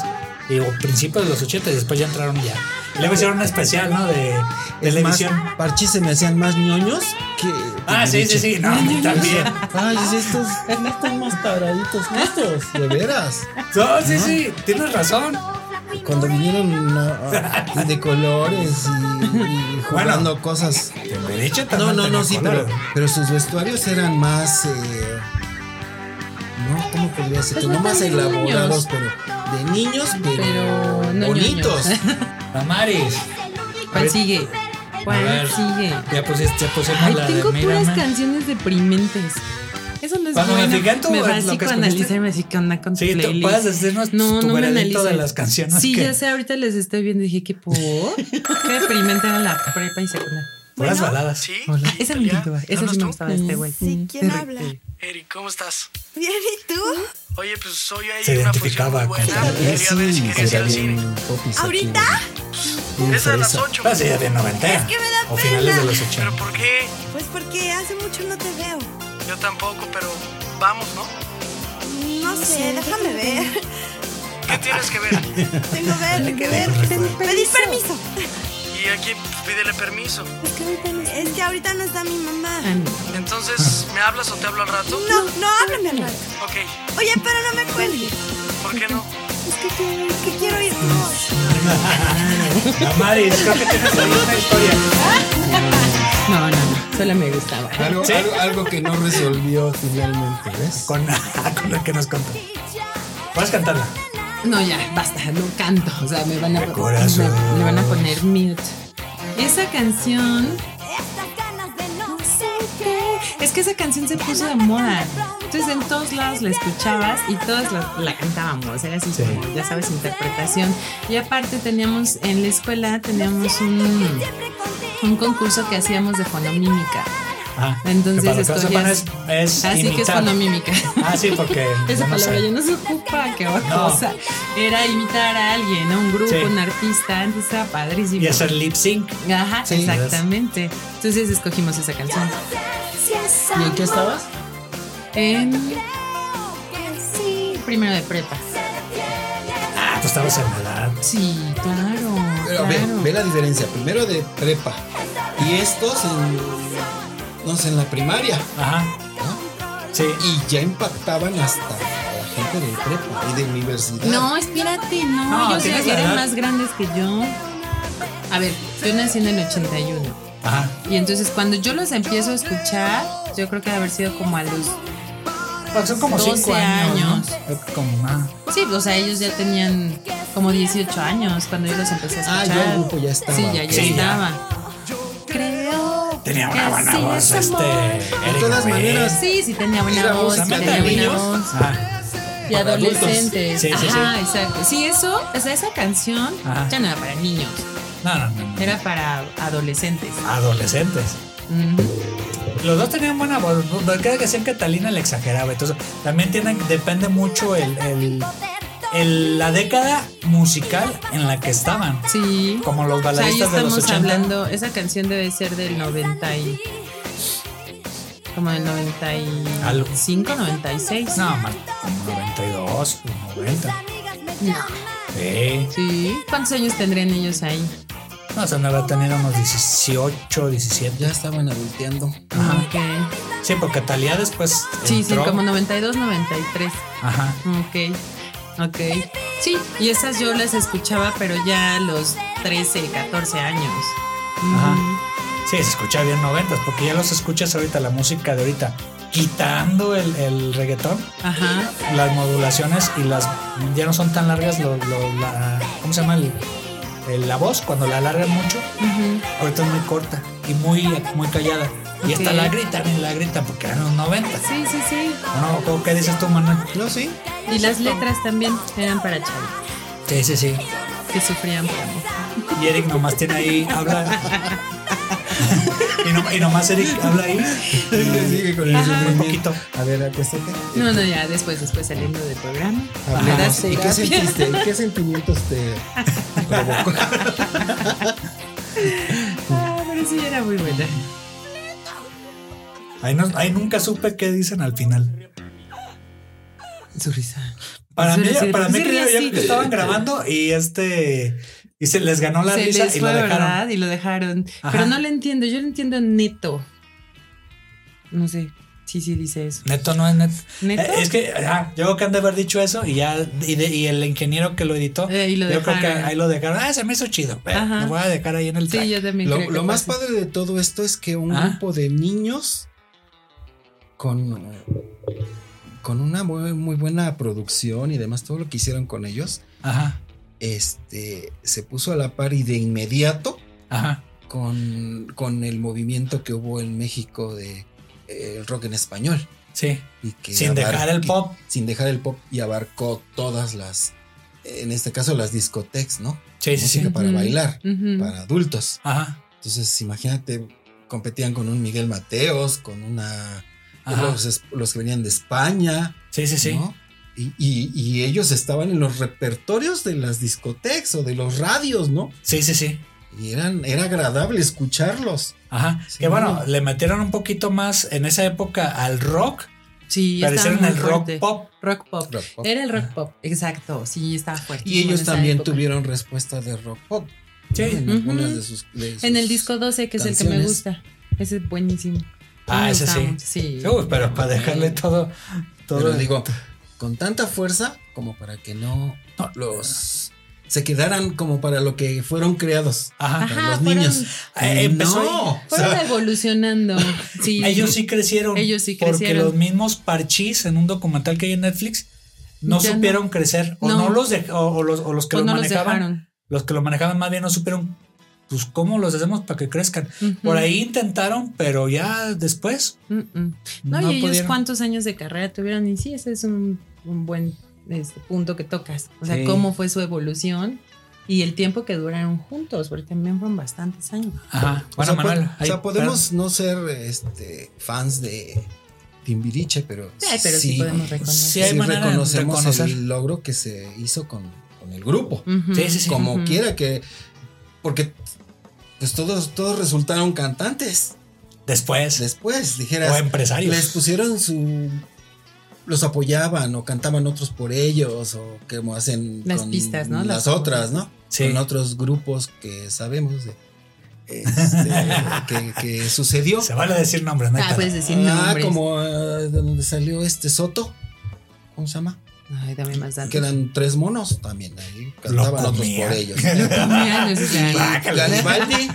[SPEAKER 1] Y o principios de los 80 y después ya entraron ya. Y luego hicieron un especial, ¿no? De
[SPEAKER 2] Es más,
[SPEAKER 1] televisión.
[SPEAKER 2] parchís se me hacían más ñoños que.
[SPEAKER 1] Ah, sí, sí, sí, no, a mí también.
[SPEAKER 2] Ay, es estos, estos más taraditos que estos, de veras.
[SPEAKER 1] No, sí, sí, tienes razón.
[SPEAKER 2] Cuando vinieron a- a- de colores y, y jugando cosas.
[SPEAKER 1] Timbiriche
[SPEAKER 2] No,
[SPEAKER 1] también
[SPEAKER 2] no, no,
[SPEAKER 1] tenía
[SPEAKER 2] sí,
[SPEAKER 1] color.
[SPEAKER 2] pero, pero sus vestuarios eran más. eh, no, ¿cómo podría ser?
[SPEAKER 3] Pues
[SPEAKER 2] no
[SPEAKER 3] no
[SPEAKER 2] más
[SPEAKER 3] tan de niños.
[SPEAKER 2] elaborados, pero de niños, pero,
[SPEAKER 3] Pero no
[SPEAKER 2] bonitos.
[SPEAKER 3] ñoños.
[SPEAKER 1] Damaris,
[SPEAKER 3] ¿Cuál Pues, sigue?
[SPEAKER 1] Pues, A ver.
[SPEAKER 3] ¿Cuál sigue?
[SPEAKER 1] ya pusiste, ya pusimos
[SPEAKER 3] Ay,
[SPEAKER 1] la
[SPEAKER 3] tengo
[SPEAKER 1] de
[SPEAKER 3] puras
[SPEAKER 1] Mírame.
[SPEAKER 3] canciones deprimentes. Eso no es
[SPEAKER 1] Cuando me
[SPEAKER 3] bueno.
[SPEAKER 1] fijé en tu-
[SPEAKER 3] me
[SPEAKER 1] en
[SPEAKER 3] va
[SPEAKER 1] lo
[SPEAKER 3] así
[SPEAKER 1] que
[SPEAKER 3] con
[SPEAKER 1] escogiste.
[SPEAKER 3] analizar, me así que onda con tu
[SPEAKER 1] Sí, tú
[SPEAKER 3] playlist.
[SPEAKER 1] puedes decirnos tu veredicto de
[SPEAKER 3] analices.
[SPEAKER 1] las canciones
[SPEAKER 3] Sí,
[SPEAKER 1] que-
[SPEAKER 3] ya sé, ahorita les estoy viendo y dije que por qué deprimente era la prepa y secundaria.
[SPEAKER 1] Puras baladas.
[SPEAKER 3] Hola. Esa me
[SPEAKER 6] ¿Ya?
[SPEAKER 3] gustaba, esa sí me gustaba de este güey.
[SPEAKER 5] Sí, ¿quién
[SPEAKER 3] Te-
[SPEAKER 5] habla?
[SPEAKER 3] te-
[SPEAKER 6] Eric, ¿cómo estás?
[SPEAKER 5] Bien, ¿y tú?
[SPEAKER 6] Oye, pues soy ahí
[SPEAKER 1] Se
[SPEAKER 6] en una función
[SPEAKER 1] identificaba
[SPEAKER 6] muy
[SPEAKER 1] con
[SPEAKER 6] buena.
[SPEAKER 1] la-
[SPEAKER 6] Quería ver si
[SPEAKER 2] Sí,
[SPEAKER 6] querías ir
[SPEAKER 2] será
[SPEAKER 6] al cine.
[SPEAKER 2] bien Ah, popis aquí,
[SPEAKER 5] ¿Ahorita?
[SPEAKER 2] bien
[SPEAKER 6] Es a las
[SPEAKER 2] fresa.
[SPEAKER 6] 8.
[SPEAKER 1] Pero Ah, sí, ya de noventera.
[SPEAKER 5] que me da
[SPEAKER 1] o finales de
[SPEAKER 5] pena.
[SPEAKER 1] los 80.
[SPEAKER 6] ¿Pero por qué?
[SPEAKER 5] Pues porque hace mucho no te veo.
[SPEAKER 6] Yo tampoco, pero vamos, ¿no?
[SPEAKER 5] No sé, déjame ver.
[SPEAKER 6] ¿Qué tienes que ver?
[SPEAKER 5] Tengo ver, que ver. Pedir permiso.
[SPEAKER 6] Y aquí pídele permiso.
[SPEAKER 5] Es que ahorita no está mi mamá.
[SPEAKER 3] Ah, no.
[SPEAKER 6] Entonces, ¿me hablas o te hablo al rato?
[SPEAKER 5] No, no, háblame al rato.
[SPEAKER 6] Ok,
[SPEAKER 5] Oye, pero no me cuelgues.
[SPEAKER 6] ¿por qué no?
[SPEAKER 5] Es que quiero, que quiero ir. No.
[SPEAKER 1] Damaris, creo que tienes ahí una historia.
[SPEAKER 3] No, no, no, solo me gustaba.
[SPEAKER 2] Algo,
[SPEAKER 1] Sí.
[SPEAKER 2] algo- algo que no resolvió finalmente, ¿ves?
[SPEAKER 1] Con, con la que nos contó. Puedes cantarla.
[SPEAKER 3] No, ya, basta, no canto. O sea, me van a,
[SPEAKER 1] Corazón.
[SPEAKER 3] me- me van a poner mute. Esa canción,
[SPEAKER 5] Estas ganas de no sé qué.
[SPEAKER 3] es que esa canción se puso de moda. Entonces en todos lados la escuchabas y todas la, la cantábamos. Era así
[SPEAKER 1] Sí.
[SPEAKER 3] como, ya sabes, interpretación. Y aparte teníamos, en la escuela teníamos un, un concurso que hacíamos de fonomímica.
[SPEAKER 1] Ajá.
[SPEAKER 3] Entonces
[SPEAKER 1] Que para los que no sepan
[SPEAKER 3] escogías-
[SPEAKER 1] es, es
[SPEAKER 3] Así que es
[SPEAKER 1] imitar.
[SPEAKER 3] fonomímica.
[SPEAKER 1] Ah, sí, porque.
[SPEAKER 3] Esa
[SPEAKER 1] yo no sé.
[SPEAKER 3] palabra ya no se ocupa, qué
[SPEAKER 1] No.
[SPEAKER 3] cosa. Era imitar a alguien, a un grupo,
[SPEAKER 1] Sí.
[SPEAKER 3] un artista, entonces estaba padrísimo.
[SPEAKER 1] Y hacer lip sync.
[SPEAKER 3] Ajá,
[SPEAKER 2] Sí.
[SPEAKER 3] exactamente. Entonces escogimos esa canción.
[SPEAKER 5] Si es
[SPEAKER 2] ¿Y en qué estabas?
[SPEAKER 3] En
[SPEAKER 5] que sí.
[SPEAKER 3] primero de prepa.
[SPEAKER 1] Ah, pues estabas en la edad.
[SPEAKER 3] Sí, claro.
[SPEAKER 2] Pero ve,
[SPEAKER 3] claro.
[SPEAKER 2] ve la diferencia. Primero de prepa. Y estos en. No sé, en la primaria.
[SPEAKER 1] Ajá. Sí.
[SPEAKER 2] Y ya impactaban hasta la gente de prepa y de universidad.
[SPEAKER 3] No, espérate, no.
[SPEAKER 1] No,
[SPEAKER 3] ellos ya
[SPEAKER 1] tienes la
[SPEAKER 3] eran
[SPEAKER 1] edad.
[SPEAKER 3] más grandes que yo. A ver, yo nací en el 81.
[SPEAKER 1] Ajá.
[SPEAKER 3] Y entonces cuando yo los empiezo a escuchar, yo creo que ha de haber sido como a los
[SPEAKER 1] Porque son como
[SPEAKER 3] 12
[SPEAKER 1] cinco años.
[SPEAKER 3] años.
[SPEAKER 1] ¿no? Como más.
[SPEAKER 3] Sí, o sea, ellos ya tenían como 18 años cuando yo los empecé a
[SPEAKER 2] Ah,
[SPEAKER 3] escuchar.
[SPEAKER 2] ya el grupo ya estaba,
[SPEAKER 3] Sí, ya,
[SPEAKER 2] ok.
[SPEAKER 3] ya
[SPEAKER 1] Sí, ya.
[SPEAKER 3] estaba. Creo.
[SPEAKER 1] Tenía
[SPEAKER 3] que
[SPEAKER 1] una buena
[SPEAKER 3] sí,
[SPEAKER 1] voz,
[SPEAKER 3] es
[SPEAKER 1] este.
[SPEAKER 3] amor.
[SPEAKER 1] Eric
[SPEAKER 2] todas
[SPEAKER 1] Rubin.
[SPEAKER 2] maneras,
[SPEAKER 3] Sí, sí tenía buena
[SPEAKER 2] Era
[SPEAKER 3] voz,
[SPEAKER 2] voz
[SPEAKER 3] tenía
[SPEAKER 2] amable
[SPEAKER 3] buena
[SPEAKER 2] de niños.
[SPEAKER 3] voz.
[SPEAKER 1] Ajá.
[SPEAKER 3] Y
[SPEAKER 2] para adultos.
[SPEAKER 3] adolescentes.
[SPEAKER 1] Sí, sí, sí.
[SPEAKER 3] Ajá, exacto. Sí, eso, o sea, esa canción
[SPEAKER 1] Ajá.
[SPEAKER 3] ya no era para niños,
[SPEAKER 1] No, no, no.
[SPEAKER 3] era para adolescentes.
[SPEAKER 1] Adolescentes.
[SPEAKER 3] Ujú.
[SPEAKER 1] Los dos tenían buena voz. No, No queda que sea en Catalina le exageraba. Entonces, también tienen, depende mucho el, el, el- la década musical en la que estaban.
[SPEAKER 3] Sí.
[SPEAKER 1] Como los
[SPEAKER 3] O sea, ahí
[SPEAKER 1] baladistas de los
[SPEAKER 3] estamos
[SPEAKER 1] 80.
[SPEAKER 3] hablando, esa canción debe ser del 90 y... Como del 95, 96.
[SPEAKER 1] No, más como 92, como 90. Sí.
[SPEAKER 3] Sí. ¿Cuántos años tendrían ellos ahí?
[SPEAKER 1] No, o sea, no habrá tenido unos 18, 17.
[SPEAKER 2] Ya estaban adulteando.
[SPEAKER 1] Ajá.
[SPEAKER 3] Ok.
[SPEAKER 1] Sí, porque Talía después.
[SPEAKER 3] Sí, sí,
[SPEAKER 1] entró.
[SPEAKER 3] como 92, 93.
[SPEAKER 1] Ajá.
[SPEAKER 3] Ok, ok. Sí, y esas yo las escuchaba, pero ya a los 13, 14 años.
[SPEAKER 1] Ajá. Sí, se escucha bien noventas, porque ya los escuchas ahorita, la música de ahorita, quitando el, el reggaetón,
[SPEAKER 3] Ajá.
[SPEAKER 1] las modulaciones y las ya no son tan largas, lo- lo- la- ¿cómo se llama? El- el- la voz, cuando la alargan mucho,
[SPEAKER 3] Ujú.
[SPEAKER 1] ahorita es muy corta y muy, muy callada. Y esta
[SPEAKER 3] Ok.
[SPEAKER 1] la gritan y la gritan porque eran los noventas.
[SPEAKER 3] Sí, sí, sí.
[SPEAKER 1] No, ¿Cómo- ¿qué dices tú, Manuel?
[SPEAKER 2] No, sí.
[SPEAKER 3] Y las letras también eran para chavos
[SPEAKER 1] Sí, sí, sí.
[SPEAKER 3] que sufrían por amor.
[SPEAKER 1] Y Eric nomás tiene ahí, habla. y, no- y nomás Eric habla ahí.
[SPEAKER 3] Ajá.
[SPEAKER 1] Un poquito.
[SPEAKER 2] A ver, acuéstate.
[SPEAKER 3] No, no, ya después, después saliendo del programa. me Ah,
[SPEAKER 2] Hablemos.
[SPEAKER 3] das
[SPEAKER 2] Ah, ¿Y qué
[SPEAKER 3] terapia.
[SPEAKER 2] sentiste? ¿Y qué sentimientos te provocó?
[SPEAKER 3] Ah, pero sí, era muy buena.
[SPEAKER 1] Ahí, no- ahí nunca supe qué dicen al final.
[SPEAKER 3] Su risa.
[SPEAKER 1] Para
[SPEAKER 3] Se
[SPEAKER 1] mí,
[SPEAKER 3] ríe-
[SPEAKER 1] para mí
[SPEAKER 3] se ríe
[SPEAKER 1] creo yo
[SPEAKER 3] así.
[SPEAKER 1] que estaban grabando y este. Y se les ganó la
[SPEAKER 3] Se
[SPEAKER 1] risa
[SPEAKER 3] les
[SPEAKER 1] y lo
[SPEAKER 3] fue,
[SPEAKER 1] dejaron.
[SPEAKER 3] ¿verdad? Y lo dejaron.
[SPEAKER 1] Ajá.
[SPEAKER 3] Pero no lo entiendo, yo lo entiendo neto. No sé. Sí, sí, dice eso.
[SPEAKER 1] Neto no es neto.
[SPEAKER 3] ¿Neto?
[SPEAKER 1] Eh, es que ajá, yo creo que han de haber dicho eso y ya. Y, de- y el ingeniero que lo editó.
[SPEAKER 3] Eh, y lo
[SPEAKER 1] yo creo que
[SPEAKER 3] dejaron.
[SPEAKER 1] ahí lo dejaron. Ah, se me hizo chido. Eh,
[SPEAKER 3] Ajá.
[SPEAKER 1] Lo voy a dejar ahí en el track.
[SPEAKER 3] Sí, yo también
[SPEAKER 2] Lo,
[SPEAKER 3] creo que
[SPEAKER 2] lo más
[SPEAKER 3] pasa.
[SPEAKER 2] padre de todo esto es que un
[SPEAKER 1] Ah.
[SPEAKER 2] grupo de niños con, con una muy, muy buena producción y demás, todo lo que hicieron con ellos,
[SPEAKER 1] Ajá.
[SPEAKER 2] este, se puso a la par y de inmediato
[SPEAKER 1] Ajá.
[SPEAKER 2] con, con el movimiento que hubo en México de eh, el rock en español.
[SPEAKER 1] Sí.
[SPEAKER 2] Y que
[SPEAKER 1] Sin dejar el
[SPEAKER 2] y-
[SPEAKER 1] pop.
[SPEAKER 2] sin dejar el pop y abarcó todas las, en este caso las discotecas, ¿no?
[SPEAKER 1] Sí, sí,
[SPEAKER 2] Música
[SPEAKER 1] sí.
[SPEAKER 2] para
[SPEAKER 3] Ujú.
[SPEAKER 2] bailar,
[SPEAKER 3] Ujú.
[SPEAKER 2] para adultos.
[SPEAKER 1] Ajá.
[SPEAKER 2] Entonces, imagínate, competían con un Miguel Mateos, con una.
[SPEAKER 1] Ajá.
[SPEAKER 2] Los, es- los que venían de España,
[SPEAKER 1] Sí, sí, sí.
[SPEAKER 2] ¿no? Y, y- y ellos estaban en los repertorios de las discotecas o de los radios, ¿no?
[SPEAKER 1] Sí, sí, sí.
[SPEAKER 2] Y eran, era agradable escucharlos.
[SPEAKER 1] Ajá.
[SPEAKER 2] Sí.
[SPEAKER 1] Que bueno, le metieron un poquito más en esa época al rock,
[SPEAKER 3] Sí,
[SPEAKER 1] pero
[SPEAKER 3] estaba
[SPEAKER 1] hicieron
[SPEAKER 3] muy
[SPEAKER 1] el rock
[SPEAKER 3] fuerte.
[SPEAKER 1] pop.
[SPEAKER 3] Rock pop.
[SPEAKER 2] Rock pop.
[SPEAKER 3] Era el rock pop, exacto. Sí, estaba fuerte.
[SPEAKER 2] Y ellos también tuvieron respuesta de rock pop. ¿no?
[SPEAKER 1] Sí.
[SPEAKER 2] En
[SPEAKER 3] Ujú.
[SPEAKER 2] algunas de sus, de sus-
[SPEAKER 3] En el disco 12, que es el que me
[SPEAKER 2] canciones.
[SPEAKER 3] gusta. Ese es buenísimo.
[SPEAKER 1] Ah,
[SPEAKER 3] Me
[SPEAKER 1] ese
[SPEAKER 3] gustaba
[SPEAKER 1] sí.
[SPEAKER 3] mucho, Uh, Sí.
[SPEAKER 1] Uy, pero para dejarle todo. todo
[SPEAKER 2] Pero
[SPEAKER 1] el-
[SPEAKER 2] digo, con tanta fuerza como para que no los se quedaran como para lo que fueron creados.
[SPEAKER 1] Ajá.
[SPEAKER 2] para los
[SPEAKER 3] fueron-
[SPEAKER 2] niños.
[SPEAKER 1] Eh, empezó
[SPEAKER 2] no,
[SPEAKER 1] ahí.
[SPEAKER 2] o
[SPEAKER 3] Fueron
[SPEAKER 2] sea,
[SPEAKER 3] evolucionando. Sí.
[SPEAKER 1] Ah, Ellos sí crecieron.
[SPEAKER 3] Ellos sí
[SPEAKER 1] Porque
[SPEAKER 3] crecieron.
[SPEAKER 1] los mismos parchís en un documental que hay en Netflix no
[SPEAKER 3] Ya no.
[SPEAKER 1] supieron crecer. O no,
[SPEAKER 3] No.
[SPEAKER 1] los dej- o, o los, o los que
[SPEAKER 3] o
[SPEAKER 1] los
[SPEAKER 3] no Pues los
[SPEAKER 1] manejaban. Los,
[SPEAKER 3] dejaron.
[SPEAKER 1] que lo manejaban más bien no supieron. Pues cómo los hacemos para que crezcan.
[SPEAKER 3] Ujú.
[SPEAKER 1] Por ahí intentaron, pero ya después.
[SPEAKER 3] Mm, mm. No,
[SPEAKER 1] No
[SPEAKER 3] y ellos
[SPEAKER 1] pudieron.
[SPEAKER 3] cuántos años de carrera tuvieron. Y sí, ese es un, un buen este, punto que tocas. O sea,
[SPEAKER 1] Sí.
[SPEAKER 3] cómo fue su evolución y el tiempo que duraron juntos, porque también fueron bastantes años.
[SPEAKER 1] Ajá.
[SPEAKER 2] o sea,
[SPEAKER 1] Bueno,
[SPEAKER 2] po-
[SPEAKER 1] Manuel.
[SPEAKER 2] o sea,
[SPEAKER 1] ahí-
[SPEAKER 2] podemos no ser este, fans de Timbiriche, pero,
[SPEAKER 3] Ay, pero sí, podemos reconocer.
[SPEAKER 1] Sí, hay
[SPEAKER 2] sí
[SPEAKER 1] manera de
[SPEAKER 2] reconocemos
[SPEAKER 1] reconocer.
[SPEAKER 2] el logro que se hizo con, con el grupo.
[SPEAKER 3] Ujú.
[SPEAKER 1] Sí, sí, sí.
[SPEAKER 2] Como
[SPEAKER 3] Ujú.
[SPEAKER 2] quiera que. Porque pues todos, todos resultaron cantantes.
[SPEAKER 1] Después.
[SPEAKER 2] Después, dijeras.
[SPEAKER 1] o empresarios.
[SPEAKER 2] Les pusieron su. Los apoyaban o cantaban otros por ellos o como hacen
[SPEAKER 3] Las pistas, ¿no?
[SPEAKER 2] Las,
[SPEAKER 3] Las-
[SPEAKER 2] otras, ¿no?
[SPEAKER 1] Sí.
[SPEAKER 2] Con otros grupos que sabemos de- este, que, que sucedió.
[SPEAKER 1] Se vale decir nombres, no hay
[SPEAKER 3] Ah,
[SPEAKER 1] pedo.
[SPEAKER 3] puedes decir
[SPEAKER 2] ah,
[SPEAKER 3] nombres.
[SPEAKER 2] como ah, de donde salió este Soto. ¿Cómo se llama?
[SPEAKER 3] Ay, dame más
[SPEAKER 2] Que
[SPEAKER 3] datos.
[SPEAKER 2] eran tres monos también ahí.
[SPEAKER 1] Lo
[SPEAKER 2] Cantaban otros
[SPEAKER 1] comía.
[SPEAKER 2] por ellos.
[SPEAKER 3] Mira, no es claro.
[SPEAKER 2] Garibaldi.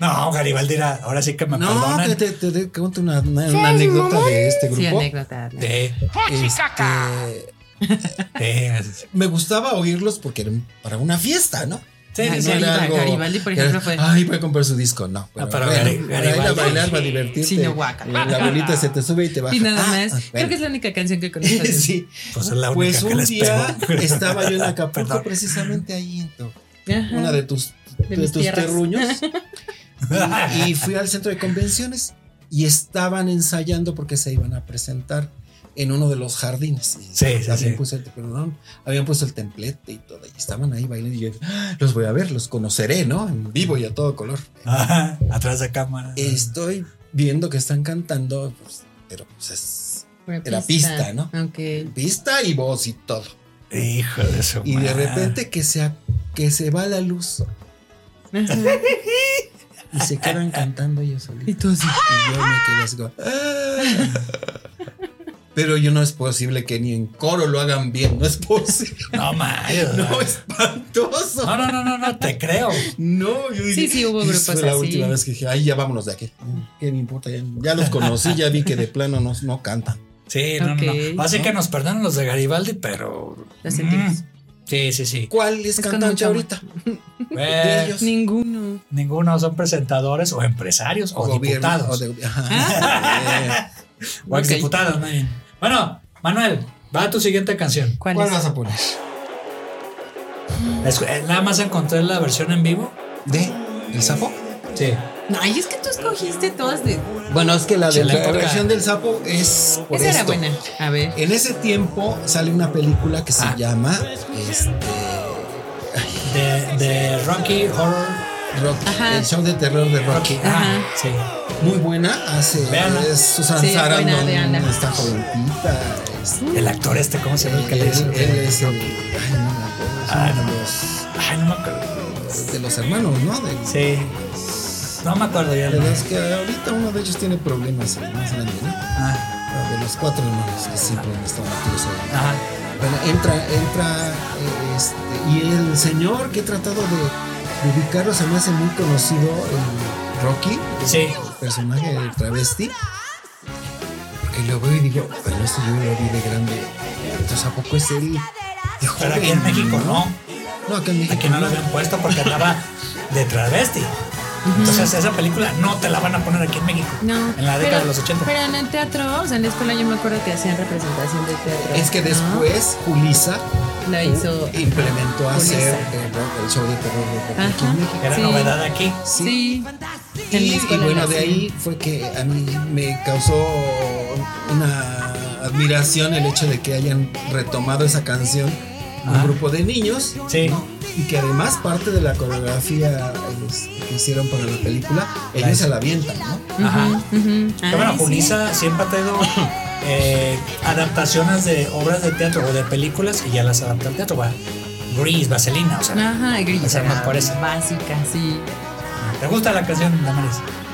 [SPEAKER 1] No, Garibaldi era, ahora sí que me
[SPEAKER 2] No,
[SPEAKER 1] perdonan.
[SPEAKER 2] que te, te, te cuento una, una- una anécdota de este
[SPEAKER 3] Sí,
[SPEAKER 2] grupo.
[SPEAKER 3] anécdota.
[SPEAKER 1] Sí,
[SPEAKER 2] Este,
[SPEAKER 1] sí,
[SPEAKER 2] me gustaba oírlos porque eran para una fiesta, ¿no?
[SPEAKER 1] sí, sí,
[SPEAKER 3] Ay,
[SPEAKER 1] sí.
[SPEAKER 2] no
[SPEAKER 3] Garibaldi,
[SPEAKER 2] era algo-
[SPEAKER 3] Garibaldi, por ejemplo,
[SPEAKER 2] era,
[SPEAKER 3] fue-
[SPEAKER 2] Ay, voy a comprar su disco. No, pero,
[SPEAKER 1] Ah, pero Gari-
[SPEAKER 2] bueno, para ir a
[SPEAKER 1] Garibaldi.
[SPEAKER 2] bailar, para divertirte.
[SPEAKER 3] Sí, no, guácala.
[SPEAKER 2] La abuelita se te sube y te baja.
[SPEAKER 3] Y nada
[SPEAKER 2] Ah,
[SPEAKER 3] más.
[SPEAKER 2] ah,
[SPEAKER 3] Creo
[SPEAKER 2] bueno.
[SPEAKER 3] que es la única canción que conozco. de-
[SPEAKER 2] sí.
[SPEAKER 1] Pues es la única
[SPEAKER 2] Pues
[SPEAKER 1] que
[SPEAKER 2] un
[SPEAKER 1] les
[SPEAKER 2] día
[SPEAKER 1] pegó.
[SPEAKER 2] estaba yo en Acapulco,
[SPEAKER 1] Perdón.
[SPEAKER 2] precisamente ahí en tu-
[SPEAKER 3] Ajá.
[SPEAKER 2] una de tus,
[SPEAKER 3] De
[SPEAKER 2] de
[SPEAKER 3] mis
[SPEAKER 2] tus
[SPEAKER 3] tierras.
[SPEAKER 2] terruños. Y fui al centro de convenciones. y estaban ensayando porque se iban a presentar en uno de los jardines. Y
[SPEAKER 1] Sí, sí,
[SPEAKER 2] habían
[SPEAKER 1] sí.
[SPEAKER 2] puesto el, perdón, habían puesto el templete y todo, y estaban ahí bailando y yo, "Ah, los voy a ver, los conoceré, ¿no? En vivo y a todo color.
[SPEAKER 1] Ajá, Ah, atrás de cámara.
[SPEAKER 2] Estoy viendo que están cantando, pues, pero pues es
[SPEAKER 3] Fue
[SPEAKER 2] Era pista, ¿no?
[SPEAKER 3] Ok.
[SPEAKER 2] vista y voz y todo.
[SPEAKER 1] Hijo de su
[SPEAKER 2] Y de
[SPEAKER 1] madre.
[SPEAKER 2] repente que se, a- que se va la luz
[SPEAKER 3] Ajá.
[SPEAKER 2] y se quedan cantando ellos solitos.
[SPEAKER 3] Y tú así.
[SPEAKER 2] Y yo me quedé así como, "Ah". Pero yo no es posible que ni en coro lo hagan bien, no es posible.
[SPEAKER 1] No mames.
[SPEAKER 2] No, espantoso.
[SPEAKER 1] No, no, no, no, no, te creo.
[SPEAKER 2] Ah, No, yo dije,
[SPEAKER 3] Sí, sí, hubo
[SPEAKER 2] "Esa
[SPEAKER 3] grupos
[SPEAKER 2] Fue la
[SPEAKER 3] así".
[SPEAKER 2] última vez que dije, ay, ya vámonos de aquí. Mm, ¿Qué me importa? Ya, ya los conocí, ya vi que de plano no, no cantan.
[SPEAKER 1] Sí, no, no,
[SPEAKER 3] Ok.
[SPEAKER 1] no. Así que nos perdonan los de Garibaldi, pero.
[SPEAKER 3] Lo sentimos.
[SPEAKER 1] Mm. Sí, sí, sí.
[SPEAKER 2] ¿Cuál es,
[SPEAKER 3] Es con
[SPEAKER 2] cantante
[SPEAKER 3] mucho amor.
[SPEAKER 2] ahorita?
[SPEAKER 1] Eh,
[SPEAKER 2] ellos.
[SPEAKER 3] Ninguno.
[SPEAKER 1] ninguno son presentadores o empresarios o,
[SPEAKER 2] Gobierno,
[SPEAKER 1] diputados.
[SPEAKER 2] o de-
[SPEAKER 3] Ah,
[SPEAKER 2] ajá. Eh,
[SPEAKER 1] O exdiputados, más bien. Bueno, Manuel, va a tu siguiente canción.
[SPEAKER 3] ¿Cuál,
[SPEAKER 2] ¿Cuál
[SPEAKER 3] es?
[SPEAKER 2] vas a poner?
[SPEAKER 1] Es- eh, nada más encontré la versión en vivo.
[SPEAKER 2] ¿De? ¿El sapo?
[SPEAKER 1] Sí.
[SPEAKER 3] No, Ay, es que tú escogiste todas de.
[SPEAKER 2] Bueno, es que la de
[SPEAKER 1] Se la
[SPEAKER 2] la
[SPEAKER 1] toca.
[SPEAKER 2] versión del sapo es por
[SPEAKER 3] Esa era
[SPEAKER 2] esto. Eh,
[SPEAKER 3] buena. A ver.
[SPEAKER 2] En ese tiempo sale una película que se
[SPEAKER 1] Ah.
[SPEAKER 2] llama este,
[SPEAKER 1] De, de Rocky Horror.
[SPEAKER 2] Rocky,
[SPEAKER 3] Ajá.
[SPEAKER 2] el show de terror de Rocky.
[SPEAKER 1] Rocky. Ajá.
[SPEAKER 3] Ajá.
[SPEAKER 1] Sí.
[SPEAKER 2] Muy buena, hace
[SPEAKER 1] Véanla.
[SPEAKER 2] es Susan
[SPEAKER 3] Sí, es
[SPEAKER 2] Sarandon,
[SPEAKER 3] buena, véanla.
[SPEAKER 2] está jovencita. es-
[SPEAKER 1] El actor este, ¿cómo se llama? El que le
[SPEAKER 2] él,
[SPEAKER 1] hizo?
[SPEAKER 2] él es el- ay, no me acuerdo, es
[SPEAKER 1] Ah,
[SPEAKER 2] uno
[SPEAKER 1] no.
[SPEAKER 2] de los,
[SPEAKER 1] Ay, no me acuerdo.
[SPEAKER 2] de los hermanos, ¿no? De-
[SPEAKER 1] Sí. No me acuerdo ya.
[SPEAKER 2] pero es que ahorita uno de ellos tiene problemas más grande, ¿no?
[SPEAKER 1] Ah,
[SPEAKER 2] De los cuatro hermanos que siempre han estado metidos ahí.
[SPEAKER 1] ajá.
[SPEAKER 2] Bueno, entra, entra eh, este, y el señor que he tratado de, de ubicarlo se me hace muy conocido el Rocky,
[SPEAKER 1] Sí.
[SPEAKER 2] el personaje de travesti. Porque lo veo y digo, pero esto yo lo vi de grande. Entonces, ¿a poco es él? de
[SPEAKER 1] Pero aquí
[SPEAKER 2] joven,
[SPEAKER 1] en México no.
[SPEAKER 2] No, aquí en México.
[SPEAKER 1] Aquí no lo habían puesto porque andaba de travesti. Entonces esa película no te la van a poner aquí en México.
[SPEAKER 3] No.
[SPEAKER 1] En la década de los 80.
[SPEAKER 3] Pero en el teatro, o sea, en la escuela yo me acuerdo que hacían representación de teatro.
[SPEAKER 2] Es que
[SPEAKER 3] ¿no?
[SPEAKER 2] después Julisa
[SPEAKER 3] La hizo.
[SPEAKER 2] implementó hacer
[SPEAKER 3] Julissa.
[SPEAKER 2] el, rock- el show de terror de Rocky aquí
[SPEAKER 3] Ajá.
[SPEAKER 2] en México.
[SPEAKER 1] Era
[SPEAKER 3] Sí.
[SPEAKER 1] novedad aquí.
[SPEAKER 3] Sí.
[SPEAKER 2] Y,
[SPEAKER 3] En la
[SPEAKER 2] y
[SPEAKER 3] escuela la
[SPEAKER 2] bueno, de
[SPEAKER 3] hacían.
[SPEAKER 2] ahí fue que a mí me causó una admiración el hecho de que hayan retomado esa canción
[SPEAKER 1] Ah.
[SPEAKER 2] un grupo de niños
[SPEAKER 1] Sí.
[SPEAKER 2] ¿no? y que además parte de la coreografía es- que hicieron para la película ellos se la avientan, ¿no?
[SPEAKER 1] Ajá.
[SPEAKER 3] Ujú.
[SPEAKER 1] Que bueno,
[SPEAKER 3] Ay, sí.
[SPEAKER 1] Julissa siempre ha traído eh, adaptaciones de obras de teatro o de películas y ya las adapta al teatro. Va. Grease, Vaselina, o sea.
[SPEAKER 3] Ajá, gris.
[SPEAKER 1] Esa me parece.
[SPEAKER 3] Básica, sí. Ah.
[SPEAKER 1] ¿Te gusta la canción, Damaris?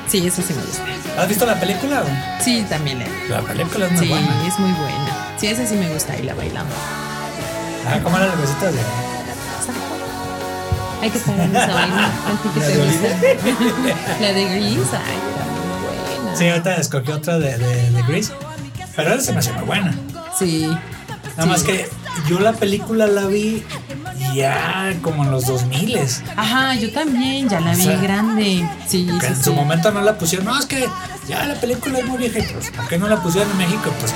[SPEAKER 3] Sí, eso sí me gusta.
[SPEAKER 1] ¿Has visto la película? o?
[SPEAKER 3] Sí, también
[SPEAKER 1] La
[SPEAKER 3] la
[SPEAKER 1] película es muy
[SPEAKER 3] Sí,
[SPEAKER 1] buena.
[SPEAKER 3] es muy buena. Sí, esa sí me gusta y la bailamos.
[SPEAKER 1] Ah, ¿Cómo eran las cositas? de-
[SPEAKER 3] Hay que estar en esa vaina. ¿A ti qué
[SPEAKER 2] ¿La
[SPEAKER 3] te
[SPEAKER 2] de
[SPEAKER 3] gusta? La de Gris, ay, era muy buena.
[SPEAKER 1] Sí, ahorita escogí otra de, de, de Grease. Pero esa se me hace muy buena.
[SPEAKER 3] Sí.
[SPEAKER 1] Nada más que yo la película la vi ya como en los 2000
[SPEAKER 3] Ajá, yo también, ya la vi
[SPEAKER 1] O sea,
[SPEAKER 3] grande. Sí,
[SPEAKER 1] que
[SPEAKER 3] sí,
[SPEAKER 1] en su
[SPEAKER 3] sí.
[SPEAKER 1] momento no la pusieron. No, es que ya la película es muy vieja. y Pues, ¿Por qué no la pusieron en México? Pues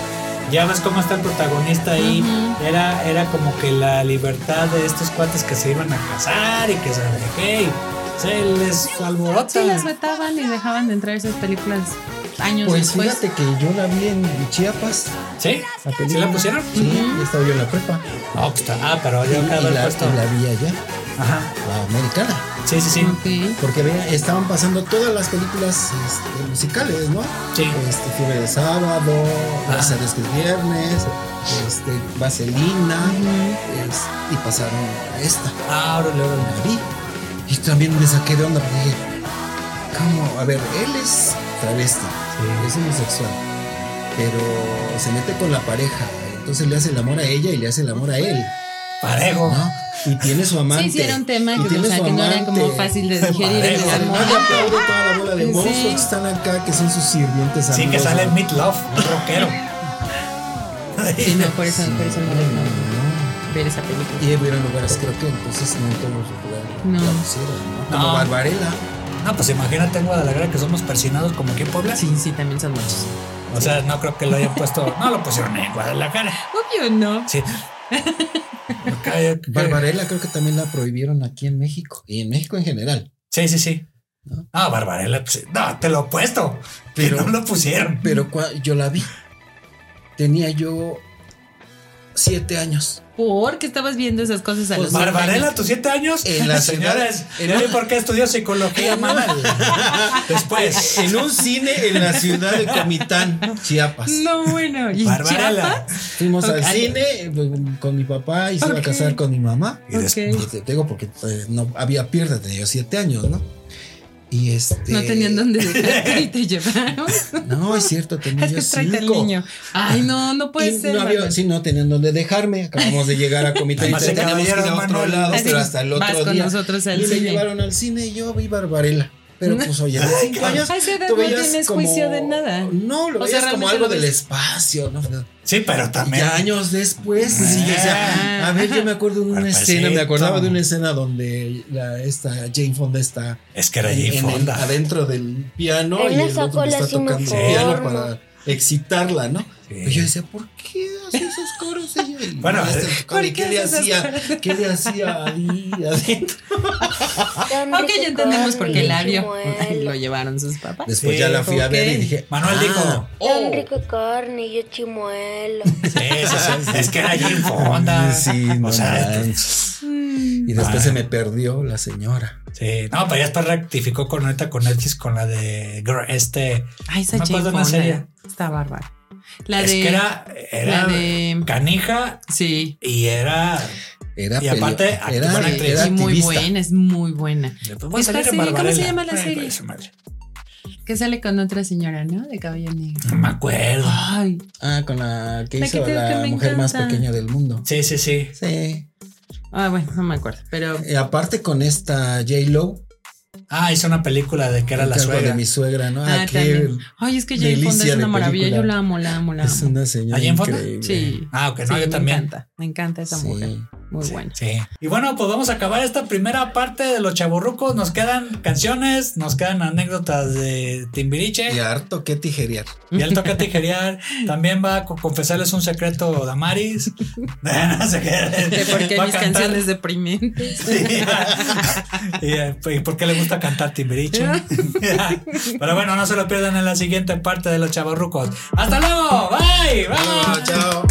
[SPEAKER 1] ya ves cómo está el protagonista ahí. era, era como que la libertad de estos cuates que se iban a casar y que se hey, se les alborota.
[SPEAKER 3] Sí, las vetaban y dejaban de entrar esas películas años
[SPEAKER 2] Pues
[SPEAKER 3] después.
[SPEAKER 2] fíjate que yo la vi en Chiapas.
[SPEAKER 1] ¿Sí?
[SPEAKER 2] La
[SPEAKER 1] ¿Sí
[SPEAKER 2] película.
[SPEAKER 1] la pusieron?
[SPEAKER 2] Sí, estaba yo en la prepa.
[SPEAKER 1] No, pues está- Ah, pero yo
[SPEAKER 2] y,
[SPEAKER 1] acabo de
[SPEAKER 2] la,
[SPEAKER 1] haber puesto.
[SPEAKER 2] y la vi allá,
[SPEAKER 1] Ajá.
[SPEAKER 2] la americana.
[SPEAKER 1] Sí, sí, sí.
[SPEAKER 3] Ok.
[SPEAKER 2] Porque ve- estaban pasando todas las películas este, musicales, ¿no?
[SPEAKER 1] Sí.
[SPEAKER 2] Este, Fiebre de Sábado,
[SPEAKER 1] Ah.
[SPEAKER 2] Las Series de Viernes, este, Vaselina, es- y pasaron a esta.
[SPEAKER 1] Ah, órale, órale.
[SPEAKER 2] La vi. Y también me saqué de onda porque dije, ¿cómo? A ver, él es travesti, es homosexual, pero se mete con la pareja. Entonces le hace el amor a ella y le hace el amor a él,
[SPEAKER 1] Parejo.
[SPEAKER 2] ¿no? Y tiene su amante.
[SPEAKER 3] Sí, sí, era un tema
[SPEAKER 2] y
[SPEAKER 3] que, o
[SPEAKER 2] tiene
[SPEAKER 3] sea,
[SPEAKER 2] su
[SPEAKER 3] que no era como
[SPEAKER 2] amante.
[SPEAKER 3] fácil de digerir.
[SPEAKER 1] Parejo.
[SPEAKER 3] en el amor.
[SPEAKER 2] Además le aplaude toda la bola de
[SPEAKER 3] Sí.
[SPEAKER 2] mozos que están acá, que son sus sirvientes
[SPEAKER 1] Sí, que
[SPEAKER 2] amigos,
[SPEAKER 1] sale
[SPEAKER 2] ¿no?
[SPEAKER 1] Meat Love, un rockero.
[SPEAKER 3] Sí, no, por eso, por eso no les mando
[SPEAKER 2] No.
[SPEAKER 3] ver esa película.
[SPEAKER 2] Y hubieron lugares, creo que entonces no en todos los lugares
[SPEAKER 3] No.
[SPEAKER 2] la pusieron, ¿no? Como
[SPEAKER 1] No.
[SPEAKER 2] Barbarella.
[SPEAKER 1] No, pues imagínate en Guadalajara que somos persinados como aquí en Puebla.
[SPEAKER 3] Sí, sí, también son muchos.
[SPEAKER 1] O sea, no creo que lo hayan puesto. No lo pusieron en Guadalajara.
[SPEAKER 3] Obvio, no.
[SPEAKER 1] Sí. eh, Acá, acá.
[SPEAKER 2] Barbarella creo que también la prohibieron aquí en México y en México en general.
[SPEAKER 1] Sí, sí, sí.
[SPEAKER 2] ¿no?
[SPEAKER 1] Ah, Barbarella, pues, no, te lo he puesto. Que
[SPEAKER 2] Pero-
[SPEAKER 1] no lo pusieron.
[SPEAKER 2] Pero cua- yo la vi. Tenía yo siete años.
[SPEAKER 3] ¿Por qué estabas viendo esas cosas a
[SPEAKER 2] Pues,
[SPEAKER 3] los siete
[SPEAKER 1] Barbarella,
[SPEAKER 3] años?
[SPEAKER 1] tus siete años.
[SPEAKER 2] En la ciudad-
[SPEAKER 1] Señores,
[SPEAKER 2] en
[SPEAKER 1] ya
[SPEAKER 2] la-
[SPEAKER 1] vi por qué estudió psicología, mamá. Después.
[SPEAKER 2] En un cine en la ciudad de Comitán, Chiapas.
[SPEAKER 3] No, bueno. ¿Y
[SPEAKER 1] Barbarella.
[SPEAKER 3] Chiapas?
[SPEAKER 2] Fuimos al
[SPEAKER 3] Ok.
[SPEAKER 2] cine eh, con mi papá y se iba a
[SPEAKER 3] Ok.
[SPEAKER 2] casar con mi mamá.
[SPEAKER 1] Y des-
[SPEAKER 3] Ok.
[SPEAKER 2] Y te te digo porque eh, no había pierda, tenía yo siete años, ¿no? Y este.
[SPEAKER 3] No tenían dónde dejarte y te llevaron.
[SPEAKER 2] No, es cierto, tenía
[SPEAKER 3] Es
[SPEAKER 2] yo
[SPEAKER 3] que tráete al
[SPEAKER 2] cinco.
[SPEAKER 3] niño. Ay, no, no puede
[SPEAKER 2] Y
[SPEAKER 3] ser.
[SPEAKER 2] no había-
[SPEAKER 3] Manuel.
[SPEAKER 2] sí, no tenían dónde dejarme. Acabamos de llegar a Comitán y
[SPEAKER 1] Además, se
[SPEAKER 2] teníamos que ir a
[SPEAKER 1] cayeron,
[SPEAKER 2] otro
[SPEAKER 1] Manuel.
[SPEAKER 2] lado,
[SPEAKER 3] Así,
[SPEAKER 2] pero hasta el otro
[SPEAKER 3] vas con
[SPEAKER 2] día.
[SPEAKER 3] nosotros al
[SPEAKER 2] y me
[SPEAKER 3] cine.
[SPEAKER 2] llevaron al cine y yo vi Barbarela. Pero pues oye, de cinco años.
[SPEAKER 3] A esa edad
[SPEAKER 2] tú
[SPEAKER 3] no
[SPEAKER 2] veías
[SPEAKER 3] tienes
[SPEAKER 2] como-
[SPEAKER 3] juicio de nada.
[SPEAKER 2] No, lo
[SPEAKER 3] O sea,
[SPEAKER 2] veías como
[SPEAKER 3] realmente
[SPEAKER 2] algo
[SPEAKER 3] lo
[SPEAKER 2] del
[SPEAKER 3] ves-
[SPEAKER 2] espacio, ¿no?
[SPEAKER 1] Sí, pero
[SPEAKER 2] Y
[SPEAKER 1] también.
[SPEAKER 2] años después, sí, o sea,
[SPEAKER 3] Ah.
[SPEAKER 2] a ver, yo me acuerdo de una
[SPEAKER 1] Cuerpecito.
[SPEAKER 2] escena, me acordaba de una escena donde la, esta Jane Fonda está
[SPEAKER 1] Es que era
[SPEAKER 2] en-
[SPEAKER 1] Jane
[SPEAKER 2] en el-
[SPEAKER 1] Fonda.
[SPEAKER 2] adentro del piano
[SPEAKER 4] Él
[SPEAKER 2] y
[SPEAKER 4] le
[SPEAKER 2] el otro
[SPEAKER 4] sacó
[SPEAKER 2] que está
[SPEAKER 4] los
[SPEAKER 2] tocando el
[SPEAKER 4] uniformes.
[SPEAKER 2] piano para excitarla, ¿no?
[SPEAKER 1] Sí.
[SPEAKER 2] Y yo decía, ¿por qué hace esos coros ella? Y
[SPEAKER 1] Bueno, eh,
[SPEAKER 2] este tocaba, ¿y
[SPEAKER 3] ¿por
[SPEAKER 2] ¿qué,
[SPEAKER 3] qué
[SPEAKER 2] le
[SPEAKER 3] hace esos
[SPEAKER 2] hacía? ¿Qué le hacía ahí adentro?
[SPEAKER 3] Ok, ya entendemos por qué la vio. Lo llevaron sus papás.
[SPEAKER 2] Después ya la fui a ver y
[SPEAKER 3] ok.
[SPEAKER 2] dije,
[SPEAKER 1] Manuel
[SPEAKER 2] ah,
[SPEAKER 1] dijo.
[SPEAKER 3] Oh.
[SPEAKER 4] Tan rico carne, yo chimuelo.
[SPEAKER 1] Sí, sí, sí, Es que era Jane Fonda.
[SPEAKER 2] Sí, no
[SPEAKER 1] o sea,
[SPEAKER 2] manches.
[SPEAKER 3] Mm.
[SPEAKER 2] Y después
[SPEAKER 1] Ah.
[SPEAKER 2] se me perdió la señora.
[SPEAKER 1] pues, sí. No, pero ya después rectificó con ahorita con Netflix con la de Gr- este.
[SPEAKER 3] Ay,
[SPEAKER 1] Me
[SPEAKER 3] esa Jane
[SPEAKER 1] acuerdo de una
[SPEAKER 3] Fonda
[SPEAKER 1] serie.
[SPEAKER 3] Está bárbara. La
[SPEAKER 1] es
[SPEAKER 3] de.
[SPEAKER 1] que era, era
[SPEAKER 3] la de-
[SPEAKER 1] canija
[SPEAKER 3] Sí.
[SPEAKER 1] y era.
[SPEAKER 2] Era
[SPEAKER 1] Y aparte,
[SPEAKER 2] peleo-
[SPEAKER 1] actu-
[SPEAKER 2] era,
[SPEAKER 1] buena actriz.
[SPEAKER 2] era
[SPEAKER 3] y muy
[SPEAKER 2] activista.
[SPEAKER 3] buena, es muy buena.
[SPEAKER 1] Pues voy a
[SPEAKER 3] Esta
[SPEAKER 1] salir en
[SPEAKER 3] serie, ¿cómo se
[SPEAKER 1] Barbarella.
[SPEAKER 3] llama la
[SPEAKER 1] Ay,
[SPEAKER 3] serie?
[SPEAKER 1] pues, madre.
[SPEAKER 3] Que sale con otra señora, ¿no? De cabello negro.
[SPEAKER 1] No me acuerdo.
[SPEAKER 3] Ay,
[SPEAKER 2] Ah, con la que
[SPEAKER 3] La que
[SPEAKER 2] hizo
[SPEAKER 3] te-
[SPEAKER 2] la
[SPEAKER 3] que me
[SPEAKER 2] mujer más
[SPEAKER 3] encanta.
[SPEAKER 2] pequeña del mundo.
[SPEAKER 1] Sí, sí, sí.
[SPEAKER 2] Sí.
[SPEAKER 3] ah, bueno, no me acuerdo. Pero
[SPEAKER 2] Y aparte con esta J Lo,
[SPEAKER 1] Ah, hizo una película de que era la
[SPEAKER 2] de
[SPEAKER 1] suegra.
[SPEAKER 2] mi suegra, ¿no?
[SPEAKER 3] Ah,
[SPEAKER 2] Ah, qué
[SPEAKER 3] también. Ay, es que Jane
[SPEAKER 2] delicia
[SPEAKER 3] Fonda es
[SPEAKER 2] de
[SPEAKER 3] una maravilla.
[SPEAKER 2] película.
[SPEAKER 3] Yo la amo, la amo, la
[SPEAKER 2] es
[SPEAKER 3] amo.
[SPEAKER 2] una señora
[SPEAKER 1] ¿Allí en Fonda?
[SPEAKER 2] increíble.
[SPEAKER 3] Sí.
[SPEAKER 1] Ah, ok, no,
[SPEAKER 3] Sí,
[SPEAKER 1] yo
[SPEAKER 3] me
[SPEAKER 1] también.
[SPEAKER 3] encanta, me encanta esa
[SPEAKER 2] Sí.
[SPEAKER 3] mujer. Muy
[SPEAKER 1] Sí,
[SPEAKER 3] buena.
[SPEAKER 1] sí. Y bueno, pues vamos a acabar esta primera parte de los chaburrucos. Nos quedan canciones, nos quedan anécdotas de Timbiriche.
[SPEAKER 2] Y harto que tijerear.
[SPEAKER 1] Y al toca tijeriar también va a co- confesarles un secreto Damaris. No sé
[SPEAKER 3] De
[SPEAKER 1] qué.
[SPEAKER 3] por qué
[SPEAKER 1] Va a
[SPEAKER 3] mis
[SPEAKER 1] cantar.
[SPEAKER 3] canciones deprimentes.
[SPEAKER 1] Sí. y, eh, y por qué le gusta cantar Timbiriche. Pero bueno, no se lo pierdan en la siguiente parte de los chavarrucos. ¡Hasta luego! ¡Bye! ¡Bye!
[SPEAKER 2] chao.